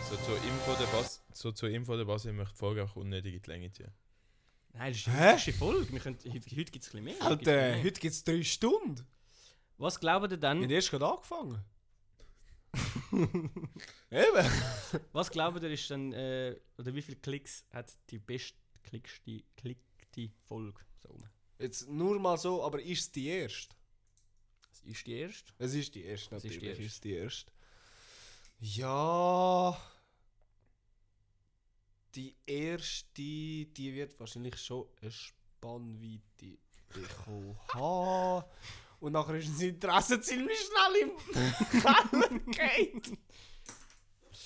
So zur Info der Bass, so zur Info der Bass, ich möchte die Folge auch unnötig in die Länge ziehen. du? Nein, das ist Hä? die erste Folge. Wir können, heute heute gibt es ein bisschen mehr. Heute gibt's ein Alter, bisschen mehr. heute gibt es drei Stunden. Was glaubt ihr Ich habe denn? erst gerade angefangen. Eben. Was glaubt ihr ist dann. Äh, oder wie viele Klicks hat die bestklickste klickte Folge? So. Jetzt nur mal so, aber ist es die erste? Das ist die erste. Es ist die erste, Es ist die natürlich. Es ist die erste. Ja. Die erste, die wird wahrscheinlich schon eine Spannweite bekommen haben. Und nachher ist das Interesse ziemlich schnell im Keller geht.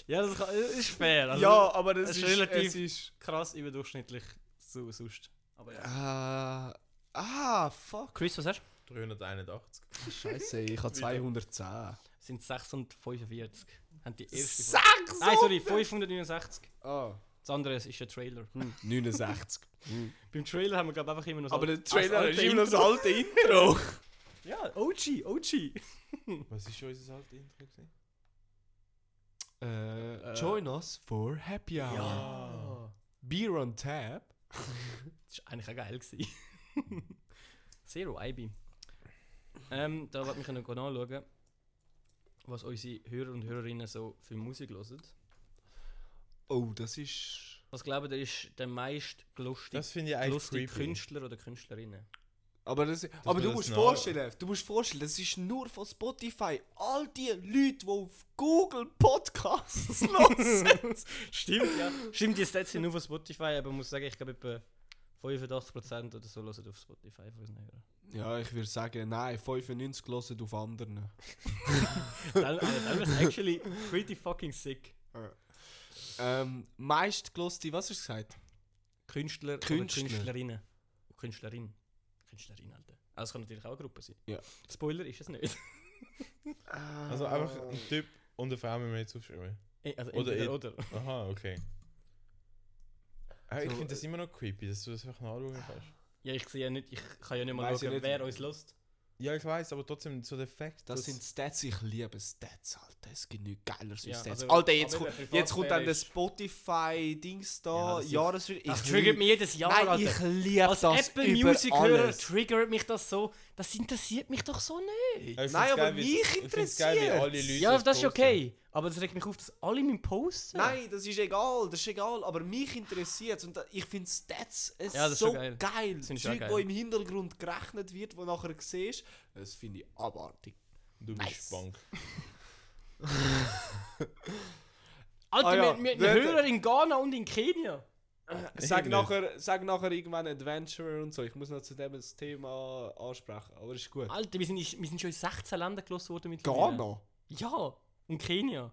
Ja, das kann, ist fair. Also Ja, aber das es ist, ist relativ- Es ist Krass überdurchschnittlich so sonst. Aber äh, ja. ah, fuck. Chris, was hast du? 381. Scheiße, ich habe 210. Es sind 645. Haben die erste Folge. Sechs! Nein, sorry, 569. Ah, Das andere ist ein Trailer. 69. Beim Trailer haben wir, glaube ich, einfach immer noch so aber der das Trailer alte ist immer noch das Intro. alte Intro. Ja, OG, OG. Was ist schon unser altes Intro? gewesen? Äh, join us for happy hour. Ja. Beer on tap. Das war eigentlich auch geil. Gewesen. Zero IB. Ähm, da wollte ich noch anschauen, was unsere Hörer und Hörerinnen so für Musik hören. Oh, das ist. Was glauben, der ist der meist gelustige, Das finde ich eigentlich lustige creepy. Künstler oder Künstlerinnen? Aber, das, aber man du das musst nach- vorstellen, du musst vorstellen, das ist nur von Spotify. All die Leute, die auf Google Podcasts hören. Stimmt, ja. Stimmt, die Stats sind nur von Spotify, aber ich muss sagen, ich glaube, etwa 85% oder so hören auf Spotify von unseren Hörern. ja, ich würde sagen, nein, 95 hören auf anderen. Dann, also, dann wäre es actually pretty fucking sick. Ähm, meist geloste, was hast du gesagt? Künstler, Künstler. Oder Künstlerinnen. Künstlerin. Künstlerin, Alter. Also es kann natürlich auch eine Gruppe sein. Ja. Spoiler ist es nicht. Also einfach ein Typ und eine Frau müssen wir jetzt aufschreiben. Äh, Eh, Also Oder entweder eh- oder. Aha, okay. Ah, ich So, äh, Ah. finde das immer noch creepy, dass du das einfach nachschauen kannst. Ja, ich sehe ja nicht, ich kann ja nicht mal Weiss ich schauen, nicht. wer uns lost. Ja, ich weiß, aber trotzdem so der Fakt, Das dass- sind Stats, ich liebe Stats, Alter. Es gibt nichts geileres wie Ja, Stats. also, Alter, jetzt, aber ko- wenn der jetzt kommt dann Privatsphäre das Spotify-Dings Ja, da, das ist- Jahresrückblick. Das triggert mich jedes Jahr, Nein, Alter. ich liebe Als das Apple über Music Hörer alles. triggert mich das so. Das interessiert mich doch so nicht. Ja, ich find's Nein, aber geil, wie- mich ich find's geil, wie interessiert's. alle Leute Ja, das ist posten. okay. Aber das regt mich auf, dass alle meinen posten. Nein, das ist egal, das ist egal, aber mich interessiert es und da- ich finde Stats es Ja, das ist so schon geil. geil. sind Zeug, schon geil. wo im Hintergrund gerechnet wird, wo nachher siehst, das finde ich abartig. Du Nice. bist Bank. Alter, Ah ja, wir, wir haben wer- einen Hörer in Ghana und in Kenia. Sag Irgendwie. nachher, sag nachher irgendwann Adventurer und so, ich muss noch zu dem das Thema ansprechen, aber ist gut. Alter, wir sind, in- wir sind schon in 16 Ländern gelost worden mit Ja, und Kenia.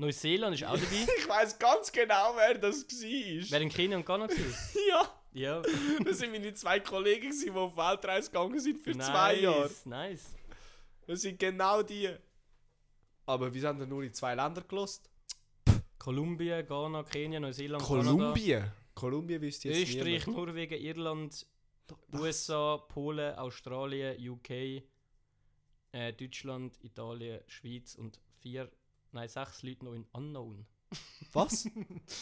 Neuseeland ist auch dabei. Ich weiß ganz genau, wer das Wer war. in Kenia und Ghana war? Ja. Ja, das waren meine zwei Kollegen, die auf Weltreise gegangen sind für nice, zwei Jahre. Nice. Das sind genau die. Aber wir haben nur in zwei Länder gelost. Kolumbien, Ghana, Kenia, Neuseeland, Kolumbien wisst Kanada, jetzt Österreich, niemand. Norwegen, Irland, USA, Polen, Australien, UK, äh, Deutschland, Italien, Schweiz und vier, nein, sechs Leute noch in Unknown. Was?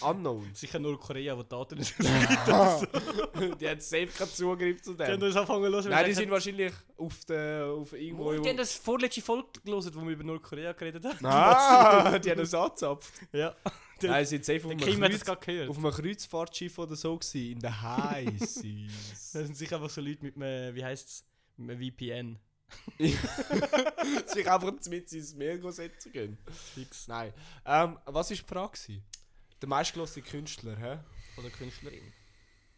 Unknown. Sicher nur Korea, wo die Daten nicht Ah. die hat safe keinen Zugriff zu Die haben dem. uns anfangen los. Nein, die sind wahrscheinlich auf, der, auf irgendwo... Die haben das vorletzte Folge gelesen, wo wir über Nordkorea geredet haben. ah, die haben das angezapft. Ja. Der- Nein, sie sind safe auf Der einem, Kim hat es Kreuz, gerade gehört. auf einem Kreuzfahrtschiff oder so gewesen, in der High Seas. Das sind sicher einfach so Leute mit einem, wie heisst es, mit einem VPN. Sich einfach mit ins Meer gehen setzen gehen. Fix. Nein. Ähm, was war die Frage? gewesen? Der meistgelöste Künstler, hä? Oder Künstlerin.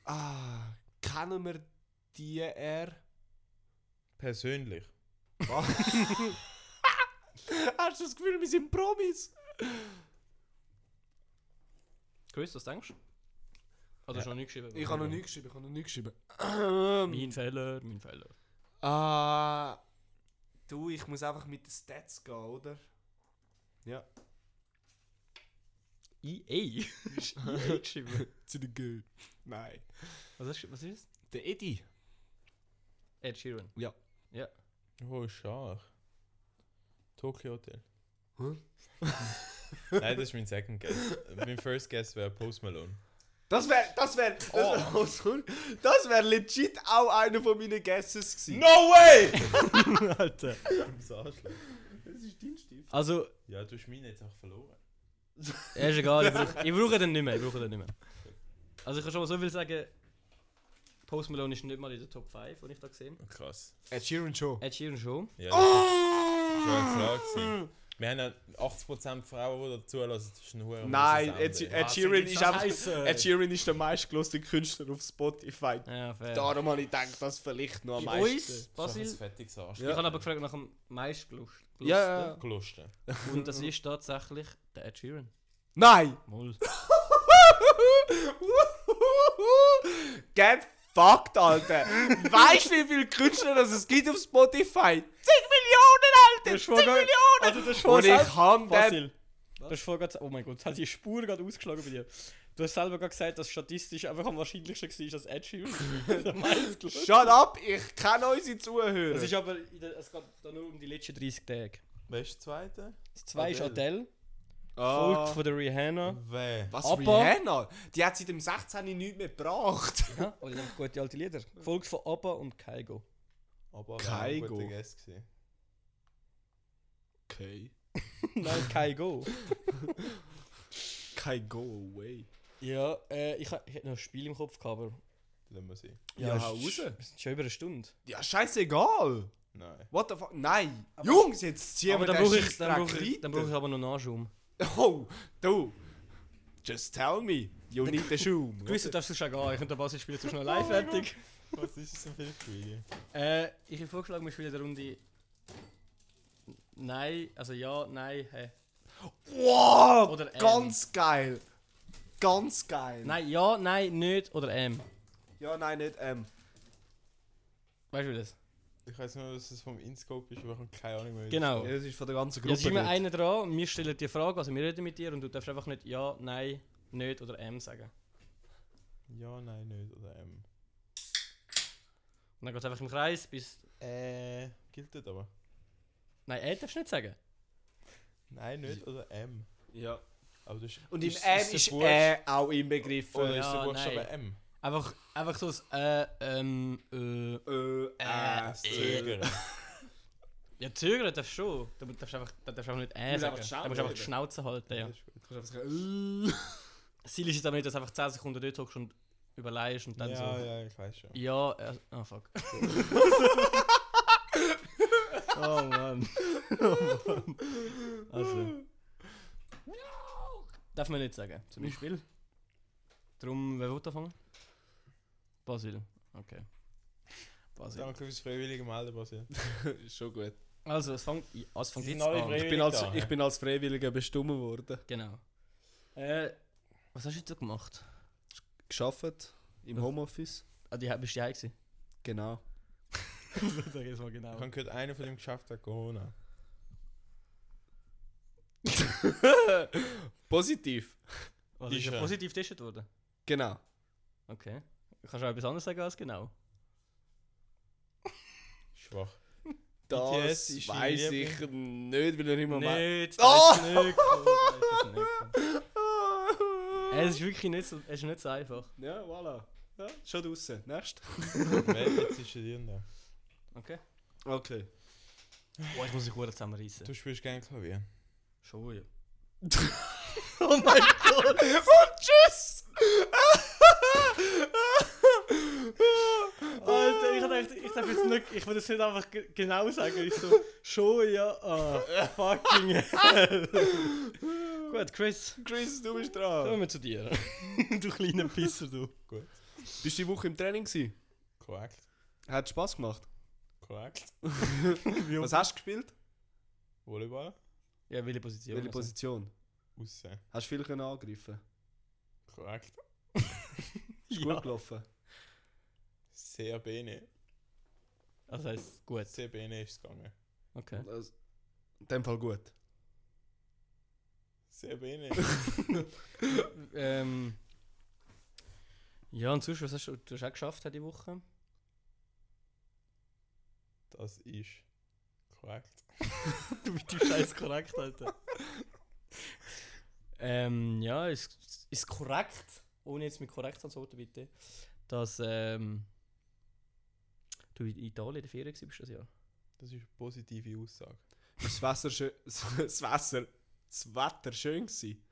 Ah, kennen wir die er? Persönlich. Hast du das Gefühl, wir sind Promis? Chris, was denkst du? Oder schon nicht geschrieben? Ich habe noch nie geschrieben, ich habe noch nie geschrieben. Mein Fehler, mein Fehler. Ähm. Ah, du, ich muss einfach mit den Stats gehen, oder? Ja. EA? Ist EA geschrieben? Zu den Gö. Nein. Was ist, was ist es? Der Eddie. Ed Sheeran. Wo ist Schach? Oh, Tokyo Hotel. Hä? Nein, das ist mein second guess. mein first guess wäre Post Malone. Das wäre, das wäre, das wäre, oh. sorry. das wäre legit auch einer von meinen Guesses gewesen. way! Alter. das ist dein Stift. Also, Ja, du hast mich jetzt auch verloren. ja, ist egal, ich brauche, ich brauche den nicht mehr. Ich brauche den nicht mehr. Also ich kann schon mal so viel sagen, Post Malone ist nicht mal in der Top 5, die ich da gesehen habe. Oh, Krass. Ed Sheeran schon. Ed Sheeran schon. Ja, Oh! das ist schon klar gewesen. Wir haben ja 80% Frauen, die dazu lassen. Das ist ein hoher Nein, Ed, Ed, Sheeran Was ist soll das einfach, heissen? Ed Sheeran ist der meistgelöste Künstler auf Spotify. Ja, fair. Darum habe ich gedacht, das vielleicht noch am Bei meisten. uns, Basil, Das ist ein fettiges Arsch. ich habe aber gefragt nach dem meistgelusten. Ja, ja. Gelusten. Und das ist tatsächlich der Ed Sheeran. Nein! Moll. Get fucked, Alter! weißt du, wie viele Künstler das es gibt auf Spotify? 10 Millionen, Alter! 10 Millionen! Alter, das ist Und ich habe den. Basil, das ist voll grad, oh mein Gott, hat die Spur gerade ausgeschlagen bei dir. Du hast selber gerade gesagt, dass statistisch einfach am wahrscheinlichsten war, dass Ed Sheeran der meistgelusten. Shut up, ich kenne unsere Zuhörer. Es ist aber, in der, es geht da nur um die letzten 30 Tage. Wer ist der zweite? Das 2 ist Adele, Ah. folgt von der Rihanna. Wer? Was Aber- Rihanna? Die hat seit dem 16. nichts mehr gebracht. Ja, oder die haben gute alte Lieder. Folgt von ABBA und Kaigo. Aber Kaigo. guter Guess gewesen. Okay. Nein, Kaigo. Kein Go Away. ja, äh, ich, ha- ich hätte noch ein Spiel im Kopf gehabt, aber... Lassen wir sie. Ja, hau ist- raus. Wir sind schon über eine Stunde. Ja, scheißegal. Nein. What the fuck? Nein. Jungs, jetzt ziehen aber wir dann den brauche ich, dann Scheissdreck brauche ich, dann weiter. brauche ich aber noch Nachschum. Oh, du. Just tell me. You need the shoe. Grüße darfst du schon gehen, ich und der Basis spielen zwischen allein fertig. genau. Was ist es denn für ein Spiel? Äh, ich habe vorgeschlagen, wir spielen eine Runde. Nein, also ja, nein, hä. Wow, Oder M. ganz geil. Ganz geil. Nein, ja, nein, nicht oder ähm. Ja, nein, nicht M. Weißt du wie das? Ich weiß nur, dass es vom Inscope ist, aber ich habe keine Ahnung mehr. Genau. Ja, das ist von der ganzen Gruppe. Jetzt ist immer dort. einer dran, wir stellen dir Fragen, also wir reden mit dir und du darfst einfach nicht ja, nein, nicht oder ähm sagen. Ja, nein, nicht. Oder M. Und dann geht es einfach im Kreis bis. Äh. Gilt das aber? Nein, äh darfst du nicht sagen. Nein, nicht. Oder M. Ja. Aber du hast- Und im ist- M der ist Buchst- Ä auch inbegriffen. Oder ist Ja, der Buchstabe nein. M? Einfach, einfach so das äh, ähm, äh. Ö, Ä. Das äh, Zögern. Ja, zögern darfst du schon. Du darfst einfach, du darfst einfach nicht äh musst sagen. einfach die Du musst einfach die Schnauze Schnauze halten, ja. Das ist gut. Das Ziel ist jetzt aber nicht, dass du einfach 10 Sekunden dort hockst und überleihst und dann Ja, so. ja, ich weiß schon. Ja, äh, ah fuck. oh Mann. Oh Mann. Also. Darf man nicht sagen, zum Beispiel. Drum, wer will anfangen? Basil. Okay. Basil. Danke fürs freiwillige Melden, Basil. Ist Schon gut. Also, es fängt i- ah, es fängt Sie sind jetzt alle an. frei. Ich bin, als, da, ich ja. bin als Freiwilliger bestimmt worden. Genau. Äh, was hast du jetzt so gemacht? Geschafft. Im Homeoffice. Ah, die bist du ja gewesen. Genau. Sag jetzt mal genau. Ich habe gehört, einer von dem geschafft hat Corona. Positiv. Was ist äh, Ist ja er. positiv getestet worden? Genau. Okay. Kannst du auch etwas anderes sagen als genau? Schwach. BTS Das ist weiß mein ich nicht, weil er immer mehr. Nicht, Ah! das Oh! ist nicht cool, das ist nicht cool. Äh, Es ist wirklich nicht so, es ist nicht so einfach. Ja, voilà. Ja, schon draußen. Nächst. Wer ist dir da? Okay. Okay. Oh, ich muss mich gut zusammenreißen. Du spielst gerne Klavier. Schon, ja. Oh mein Gott. Und tschüss. Alter, ich dachte, ich darf jetzt nicht, ich will das nicht einfach ge- genau sagen. Ich so, schon, ja, ah, fucking hell. Gut, Chris, Chris, du bist kommen dran. wir zu dir. du kleiner Pisser, du. Gut. Bist du die Woche im Training gewesen? Korrekt. Hat Spaß gemacht. Korrekt. Was hast du gespielt? Volleyball. Ja, welche Position? Welche also? Position? Aussen. Hast du viel können angreifen? Korrekt. Ist Ja. gut gelaufen. Sehr bene. Also heißt gut. Sehr bene ist es gegangen. Okay. Also, in dem Fall gut. Sehr bene. Ähm, Ja, und sonst, was hast du, du hast auch geschafft diese Woche? Das ist korrekt. du bist die scheiß korrekt, Alter. ähm, ja, ist, ist korrekt, ohne jetzt mit korrekt antworten, bitte, dass ähm, du in Italien in der Ferien warst das Jahr. Das ist eine positive Aussage. Ist das Wasser schön. Das Wasser. Das Wetter schön gewesen.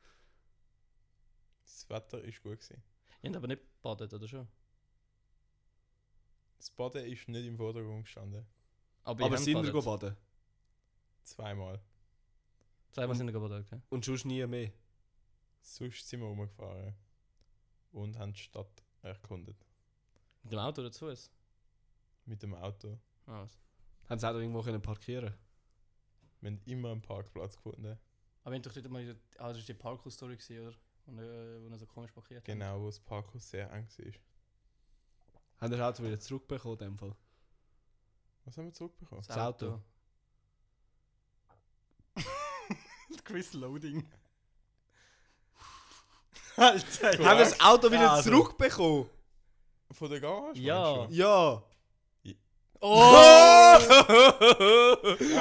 Das Wetter ist gut gewesen. Ihr habt aber nicht gebadet, oder schon? Das Baden ist nicht im Vordergrund gestanden. ihr Aber habt sind wir gebadet. baden. Zweimal. Zweimal sind wir gebadet, gell? Und sonst nie mehr. Sonst sind wir rumgefahren. Und haben die Stadt erkundet. Mit dem Auto oder zu uns? Mit dem Auto. Ah, was. Haben sie auch irgendwo können parkieren Wir haben immer einen Parkplatz gefunden. Aber wir haben doch dort mal... Ah, das war die Parkour-Story, gewesen, oder? Und, äh, wo er so komisch parkiert hat. Genau, wo das Parkhaus sehr eng war. Haben das Auto wieder zurückbekommen, in dem Fall. Was haben wir zurückbekommen? Das Auto. Chris Loading. Alter, Haben wir das Auto wieder Also. zurückbekommen? Von der Garage? Ja. meinst Ja. Oh! du? Ah,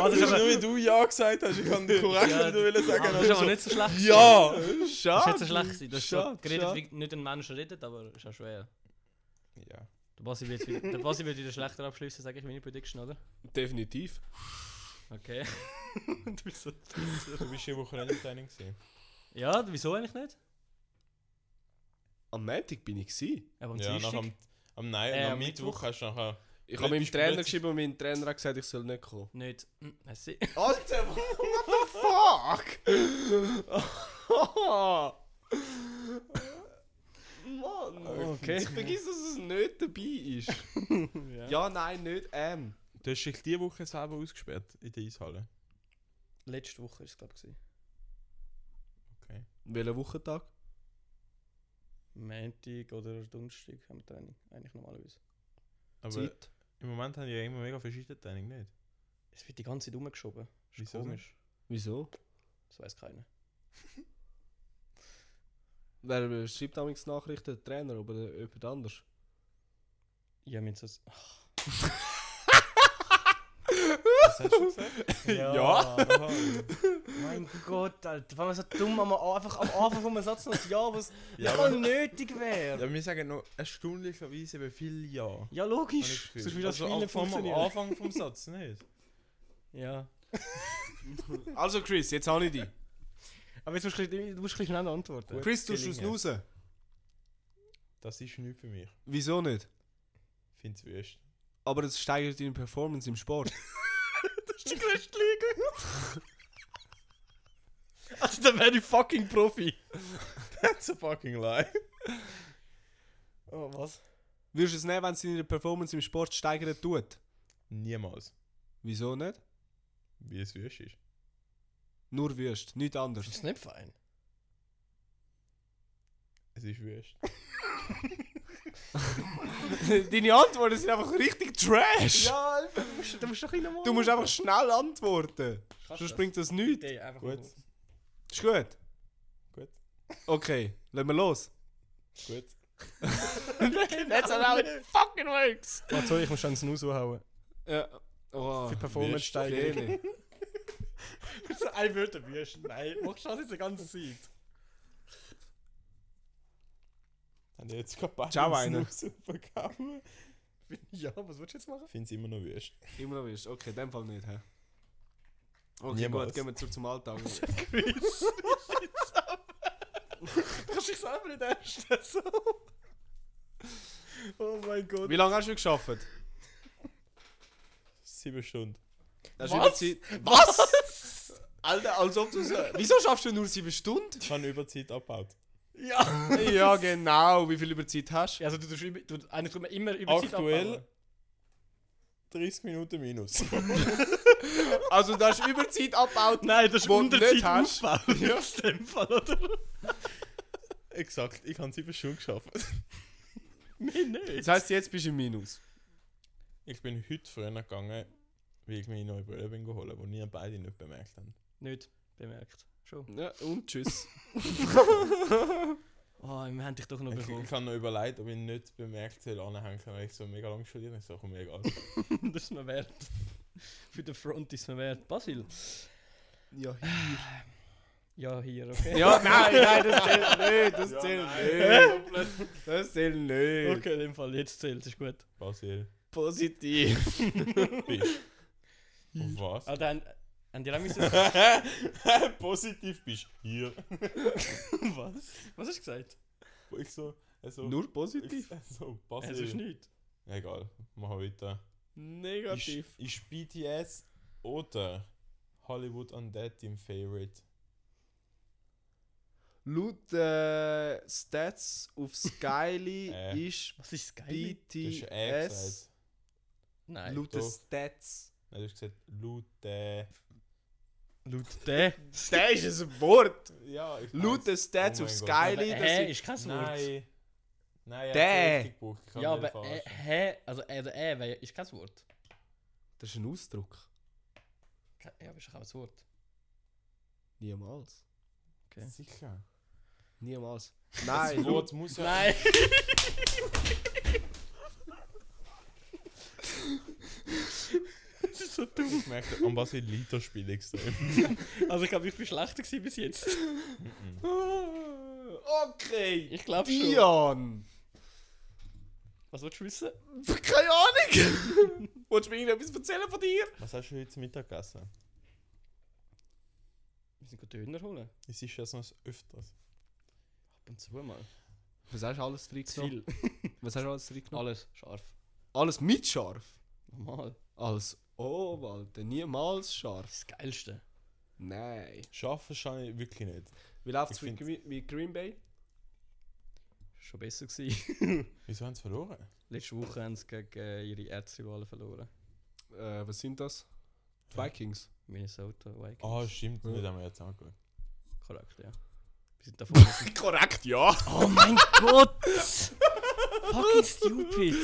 das ist nur, wie du Ja gesagt hast. Ich kann korrekt Ja, nicht wollen sagen. Ah, Das ist aber nicht so schlecht. Ja! Ah, Das ist Schade! nicht so schlecht gewesen. Du hast so Schade, geredet, schade. wie nicht ein Mensch redet, aber ist auch schwer. Ja. Der Basi wird, wieder- der Basi wird wieder schlechter abschließen, sage ich meine Prediction, oder? Definitiv. Okay. du bist so Du bist die Woche nicht im Training gewesen. ja, wieso eigentlich nicht? Am Montag bin ich gewesen. Aber am Ja, nach Dienstag? am, am, nein, Äh, am am Mittwoch Mittwoch. hast du nachher. Ich habe meinem Plötzlich- Trainer plötzlich- geschrieben und mein Trainer hat gesagt, ich soll nicht kommen. Nicht. Hm, es ist- Alter, what the fuck? Mann, Okay. ich vergiss, dass es nicht dabei ist. ja. nein, nicht ähm. Du hast dich diese Woche selber ausgesperrt in der Eishalle. Letzte Woche ist es, glaube ich. Welcher Wochentag? Montag oder Donnerstag haben wir Training. Eigentlich normalerweise. Aber Zeit. im Moment haben die ja immer mega verschiedene Training, nicht? Es wird die ganze Zeit umgeschoben. Ist Wieso komisch. Wieso? Das weiß keiner. Wer äh, schreibt damals Nachrichten? Der Trainer oder jemand anders? Ja, mir so. Was hast du gesagt? Ja. Aha. mein Gott, Alter. Wenn man so dumm am, einfach am Anfang vom Satz noch Ja, was ja, Ja, aber- nötig wäre. Ja, wir sagen noch erstaunlicherweise eben viel Ja. Ja, Habe ich das logisch. Gefühl. Sonst würde das Also Spiel am- nicht vom funktionieren. Anfang vom Satz nicht. Ja. Also Chris, jetzt habe ich dich. Aber jetzt musst du, du musst gleich schnell antworten. Gut. Chris, du hast Gelingen. raus. Das ist nichts für mich. Wieso nicht? Ich finde es wüst. Aber das steigert deine Performance im Sport. Die größte Also, dann wäre ich fucking Profi. That's a fucking lie. Oh, was? Würdest du es nehmen, wenn es deine Performance im Sport steigert tut? Niemals. Wieso nicht? Wie es wüst ist. Nur Würst, nichts anderes. Das ist nicht fein. Es ist wüst. Deine Antworten sind einfach richtig trash. Ja, Alter, du musst, du musst doch hin Du musst einfach schnell antworten. Sonst bringt das nichts. Okay, einfach Gut. mal los. Ist gut? Gut. Okay, lassen wir los. Gut. That's how it fucking works! Oh, sorry, ich muss schon einen Snooze hauen. Ja. Oh, Für Performance-Steigerung. Ein Wörter Würst. Nein, mach schon jetzt die ganze Zeit. Haben die jetzt gerade beide Ciao, einen Snus übergehauen? Ja, was willst du jetzt machen? Ich finde es immer noch wüst. Immer noch Würst. Okay, in dem Fall nicht. Hä? Okay, Niemals. gut, gehen wir zurück zum Alltag. Quiz. Kannst dich selber nicht erstellen, so. Oh mein Gott. Wie lange hast du geschafft? Sieben Stunden. Das Was? Ist Überzeit. Was? Alter, als ob du so. Wieso schaffst du nur sieben Stunden? Ich habe Überzeit abgebaut. Ja! ja, genau. Wie viel Überzeit hast du? Also, du tust immer, du, eigentlich tut man immer über Zeit Aktuell abbauen. 30 Minuten minus. Also, du hast Überzeit abgebaut. Nein, das ist Wo du unter nicht Zeit hast. aufbauen. Ja. In dem Fall, oder? Exakt, ich habe sieben Stunden geschafft. Nein, nein. Das heisst, jetzt bist du im Minus. Ich bin heute früher gegangen, weil ich meine neue Brille bin geholt habe, die ihr beide nicht bemerkt haben. Nicht bemerkt. Schon. Ja, und tschüss. Oh, wir haben dich doch noch Ich, bekommen. ich habe noch überlegt, ob ich nicht bemerkt soll anhängen, weil ich so mega lang studiert habe. Ich so, komm, mir egal. das ist mir wert. Für den Front ist mir wert. Basil. Ja, Ja, hier, okay. ja nein, nein, das zählt nicht, das zählt nicht. Das zählt nicht. Okay, in dem Fall, jetzt zählt ist gut. Basil. Positiv. Bist. Auf was? Ah, dann, haben die auch müssen... Positiv bist. Hier. Was? Was hast du gesagt? Wo Ich so, also, Nur positiv? ich, also, Es ist Äh, Basil. nichts. Egal, machen wir weiter. Negativ. Ist, ist BTS oder Hollywood Undead dein Favorite? Laut äh, Stats auf Skyly Äh. ist Was ist geil? Du hast äh BTS gesagt. Nein. laut den doch. Stats. Nein, du hast gesagt, Lute. Laut der. Das ist ein Wort. Ja, ich Laut den Stats Oh auf mein Gott. Skyly, das Hä ist ist kein Wort. Nein. Nein, Der. er hat richtig gebraucht. Ich kann Ja, mich nicht aber äh, verarschen. hä, also äh, der äh wär- ist kein Wort. Das ist ein Ausdruck. Ke- Ja, aber ist kein Wort. Niemals. äh. Sicher. Niemals. Nein, Das Wort muss ja. Nein! das ist so dumm. Ich merke, an was ich Liter spiele extrem. Also ich glaube, ich bin schlechter gewesen bis jetzt. Okay. Ich glaube schon. Dion. Was willst du wissen? Keine Ahnung. Wolltest du mir irgendetwas erzählen von dir? Was hast du heute zum Mittag gegessen? Wir sind gerade Döner holen. Es ist ja sonst öfters. Ab und zu mal. Was hast du alles drin Zu viel. Was hast du alles drin Alles scharf. Alles mit scharf. Normal. Alles oh, Walter. Niemals scharf. Das Geilste. Nein. Schaffen kann ich wirklich nicht. Wie läuft es Ich mit, find's- Gre- mit Green Bay? Schon besser gewesen. Wieso haben sie verloren? Letzte Woche haben sie gegen äh, ihre Erzrivalen verloren. Äh, was sind das? Die Vikings. Minnesota Vikings. Ah, stimmt, Ja. nicht haben wir jetzt angeguckt. Korrekt, ja. Wir sind davon. Korrekt, ja. oh mein Gott! Fucking stupid!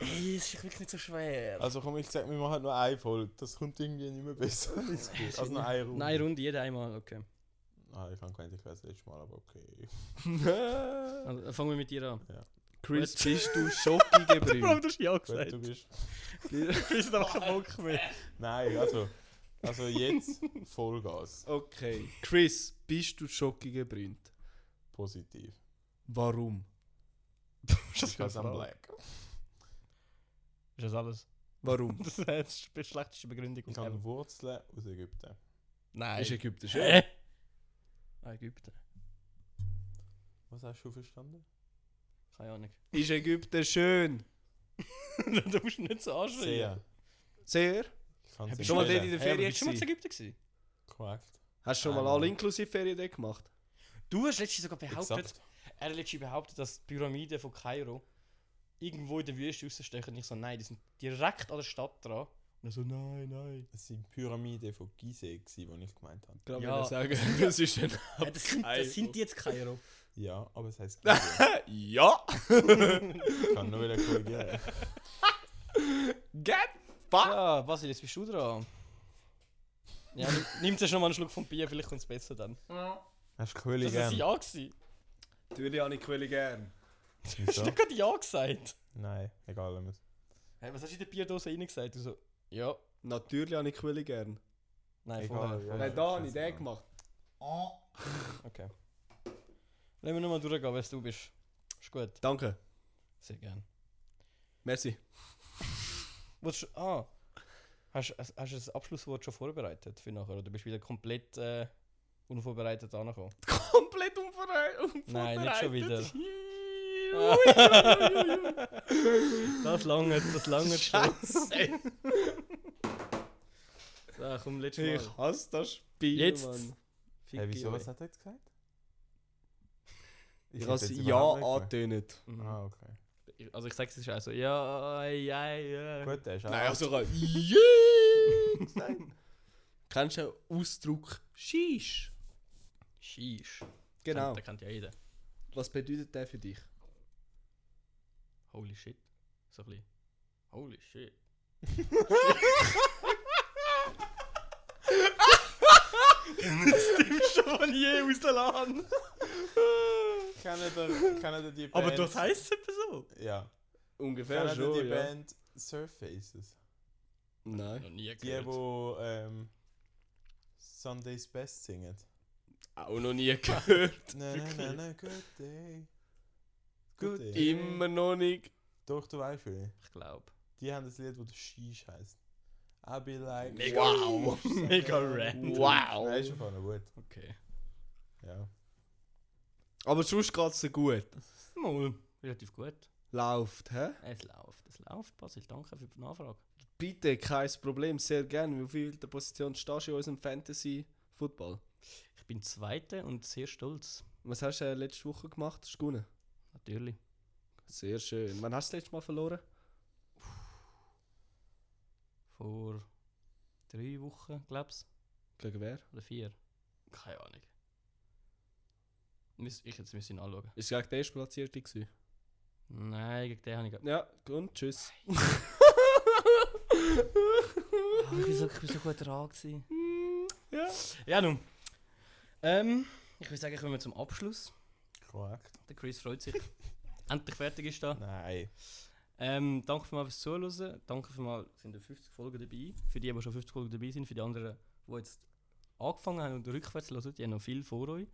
Ey, es ist wirklich nicht so schwer. Also komm, ich sag, wir machen nur eine Folge. Das kommt irgendwie nicht mehr besser. Ist gut. Also nur eine Runde. Nein, Runde, jeder einmal, okay. Ah, ich kann gar nicht, ich weiß letztes Mal, aber okay. Also, dann fangen wir mit dir an. Chris, Gut. bist du Schocki gebrüllt? du hast ja Gut, du bist... bist doch kein Bock mehr. Nein, also... Also jetzt Vollgas. Okay. Chris, bist du Schocki gebrüllt? Positiv. Warum? Ist Because I'm black. das alles? Warum? Das ist die schlechteste Begründung. Ich habe Wurzeln aus Ägypten. Nein. Ist Ägyptisch. Hä? Äh? Ah, Ägypten. Was hast du verstanden? Keine Ahnung. Ist Ägypten schön? du musst nicht so anschreien. Sehr. Sehr. Ich kann Hab es ich Schon mal dort in empfehlen. Hey, aber der Ferien bist du schon mal zu gewesen? Ägypten gewesen? Korrekt. Hast du schon mal Einmal. alle inklusive Ferien dort gemacht? Du hast letztens sogar behauptet, Exakt. er hat letztens behauptet, dass die Pyramiden von Kairo irgendwo in der Wüste rausstechen. Und ich so, nein, die sind direkt an der Stadt dran. Und er so, Also nein, nein. Es sind Pyramiden von Gizeh, gewesen, die ich gemeint habe. Gerade Ja. ja. sagen, das ist ein... Ja, das, sind, das sind die jetzt Kairo. Ja, aber es heißt Gizeh. Ja! Ich kann nur wieder korrigieren. Get Ja, Basil, jetzt bist du dran. Ja, nimm- nimm zuerst noch mal einen Schluck vom Bier, vielleicht kommt es besser dann. Hast du Quelle Das war ein gern? Ja. gewesen. Natürlich habe ich Quelle gern. Hast du Wieso? doch gerade Ja gesagt? Nein, egal. wenn wir's- Hey, was hast du in der Bierdose reingesagt? Du so, ja. Natürlich habe ich Quelle gern. Nein, vorher. Egal. ja, Nein, ja, da habe ich scheißegal. den gemacht. Okay. Lass mich nochmal durchgehen, wer du bist. Ist gut. Danke. Sehr gern. Merci. Willst du, ah, hast, hast hast du das Abschlusswort schon vorbereitet für nachher? Oder bist du wieder komplett äh, unvorbereitet angekommen? Komplett unverre- unvorbereitet. Nein, nicht schon wieder. wieder. Das lange, das lange schon. Scheiße. So, Ah, komm, letztes Mal. Ich hasse das Spiel, Jetzt. Mann. Fick Hey, wieso? euch. Was hat er jetzt gesagt? Ich hätte habe jetzt ja überhaupt nicht gemerkt. angetönt. Mhm. Ah, okay. Also ich sag's dir schon, also ja, ja, ja. Gut, der ist auch. Nein, also yeah. Nein. Kennst du den Ausdruck Shish? Sheesh. Genau. Da kennt ja jeder. Was bedeutet der für dich? Holy shit. So ein bisschen. Holy shit. das stimmt schon von je aus der Laden. Kennt ihr, kennt ihr die Band? Aber dort heisst es etwa so. Ja. Ungefähr Kennt ihr schon, die ja. Band Surfaces? Nein. Noch nie gehört. Die, die ähm, Sunday's Best singen. Auch noch nie gehört. Nein, nein, Wirklich? nein, nein, good day. Good Good day. Immer noch nicht. Doch, du weißt schon. Ich glaube. Die haben das Lied, wo du Shish heisst. I be like. Mega- Wow. Mega random. Wow. Nein, ist auf jeden Fall gut. Okay. Ja. Aber sonst geht es dir gut. Mal. Relativ gut. Läuft, hä? Es läuft. Es läuft, Basil. Danke für die Nachfrage. Bitte, kein Problem, sehr gerne. Auf der Position stehst du in unserem Fantasy-Football? Ich bin Zweiter und sehr stolz. Was hast du äh, letzte Woche gemacht? Hast du gewonnen? Natürlich. Sehr schön. Wann hast du das letzte Mal verloren? Vor drei Wochen, glaube ich. Gegen wer? Oder vier. Keine Ahnung. Müs ich jetzt müsste ihn anschauen. Ist es gegen den Erstplatzierten gewesen? Nein, gegen den habe ich gar Ja, und tschüss. Ah, ich, bin so, ich bin so gut dran. Gewesen. ja. Ja, nun. Ähm, ich würde sagen, kommen wir zum Abschluss. Korrekt. Der Chris freut sich. Endlich fertig ist da. Nein. Ähm, danke für mal fürs Zuhören. Danke für mal, es sind ja 50 Folgen dabei. Für die, die schon 50 Folgen dabei sind, für die anderen, die jetzt angefangen haben und rückwärts hören, die haben noch viel vor euch.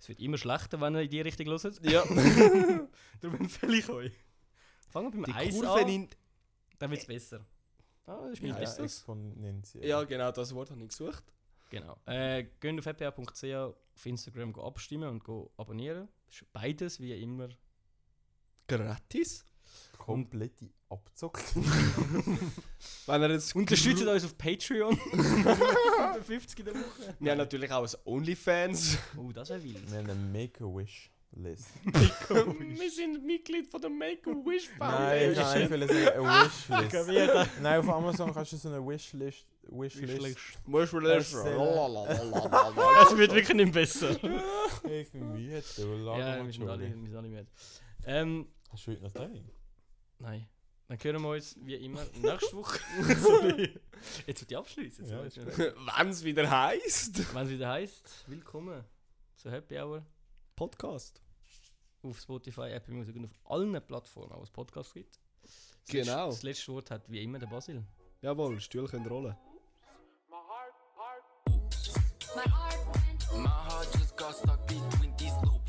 Es wird immer schlechter, wenn ihr in die Richtung hört. ja. Darum empfehle ich euch. Fangen wir beim Die Eis Kurve an, nimmt. dann wird es besser. Ah, das ist mein Ja, Bestes. Exponentiell. Ja, genau, das Wort habe ich gesucht. Genau. Äh, geht auf fpa.ch auf Instagram go abstimmen und go abonnieren. Ist Beides wie immer. Gratis? Komplette Abzocke. Wenn er jetzt Unterstützt uns auf Patreon. 50 in der Woche. Wir haben natürlich auch ein Onlyfans. Oh, das wäre wild. Wir haben eine Make-A-Wish-List. Oh, Wir sind Mitglied von der Make-A-Wish Nein, nein, ich will sagen, eine Wishlist. Wieder. Nein, auf Amazon kannst du so eine Wishlist. Wishlist. Es Muss man das- wird wirklich nicht besser. Ich bin müde, du ja, lager wir mich sind, schon. alle, wir sind alle müde. Ähm, Hast du heute noch Training? nein. Dann hören wir uns wie immer nächste Woche. Sorry. Jetzt wird die abschließen. Ja, Jetzt ist ja, Wenn es wieder heißt. Wenn es wieder heisst, willkommen zur Happy Hour. Podcast. auf Spotify, Apple Music und auf allen Plattformen, wo es Podcasts gibt. Das Genau. Letzte, das letzte Wort hat wie immer der Basil. Jawohl, Stühle können rollen. My heart just got stuck between these loops.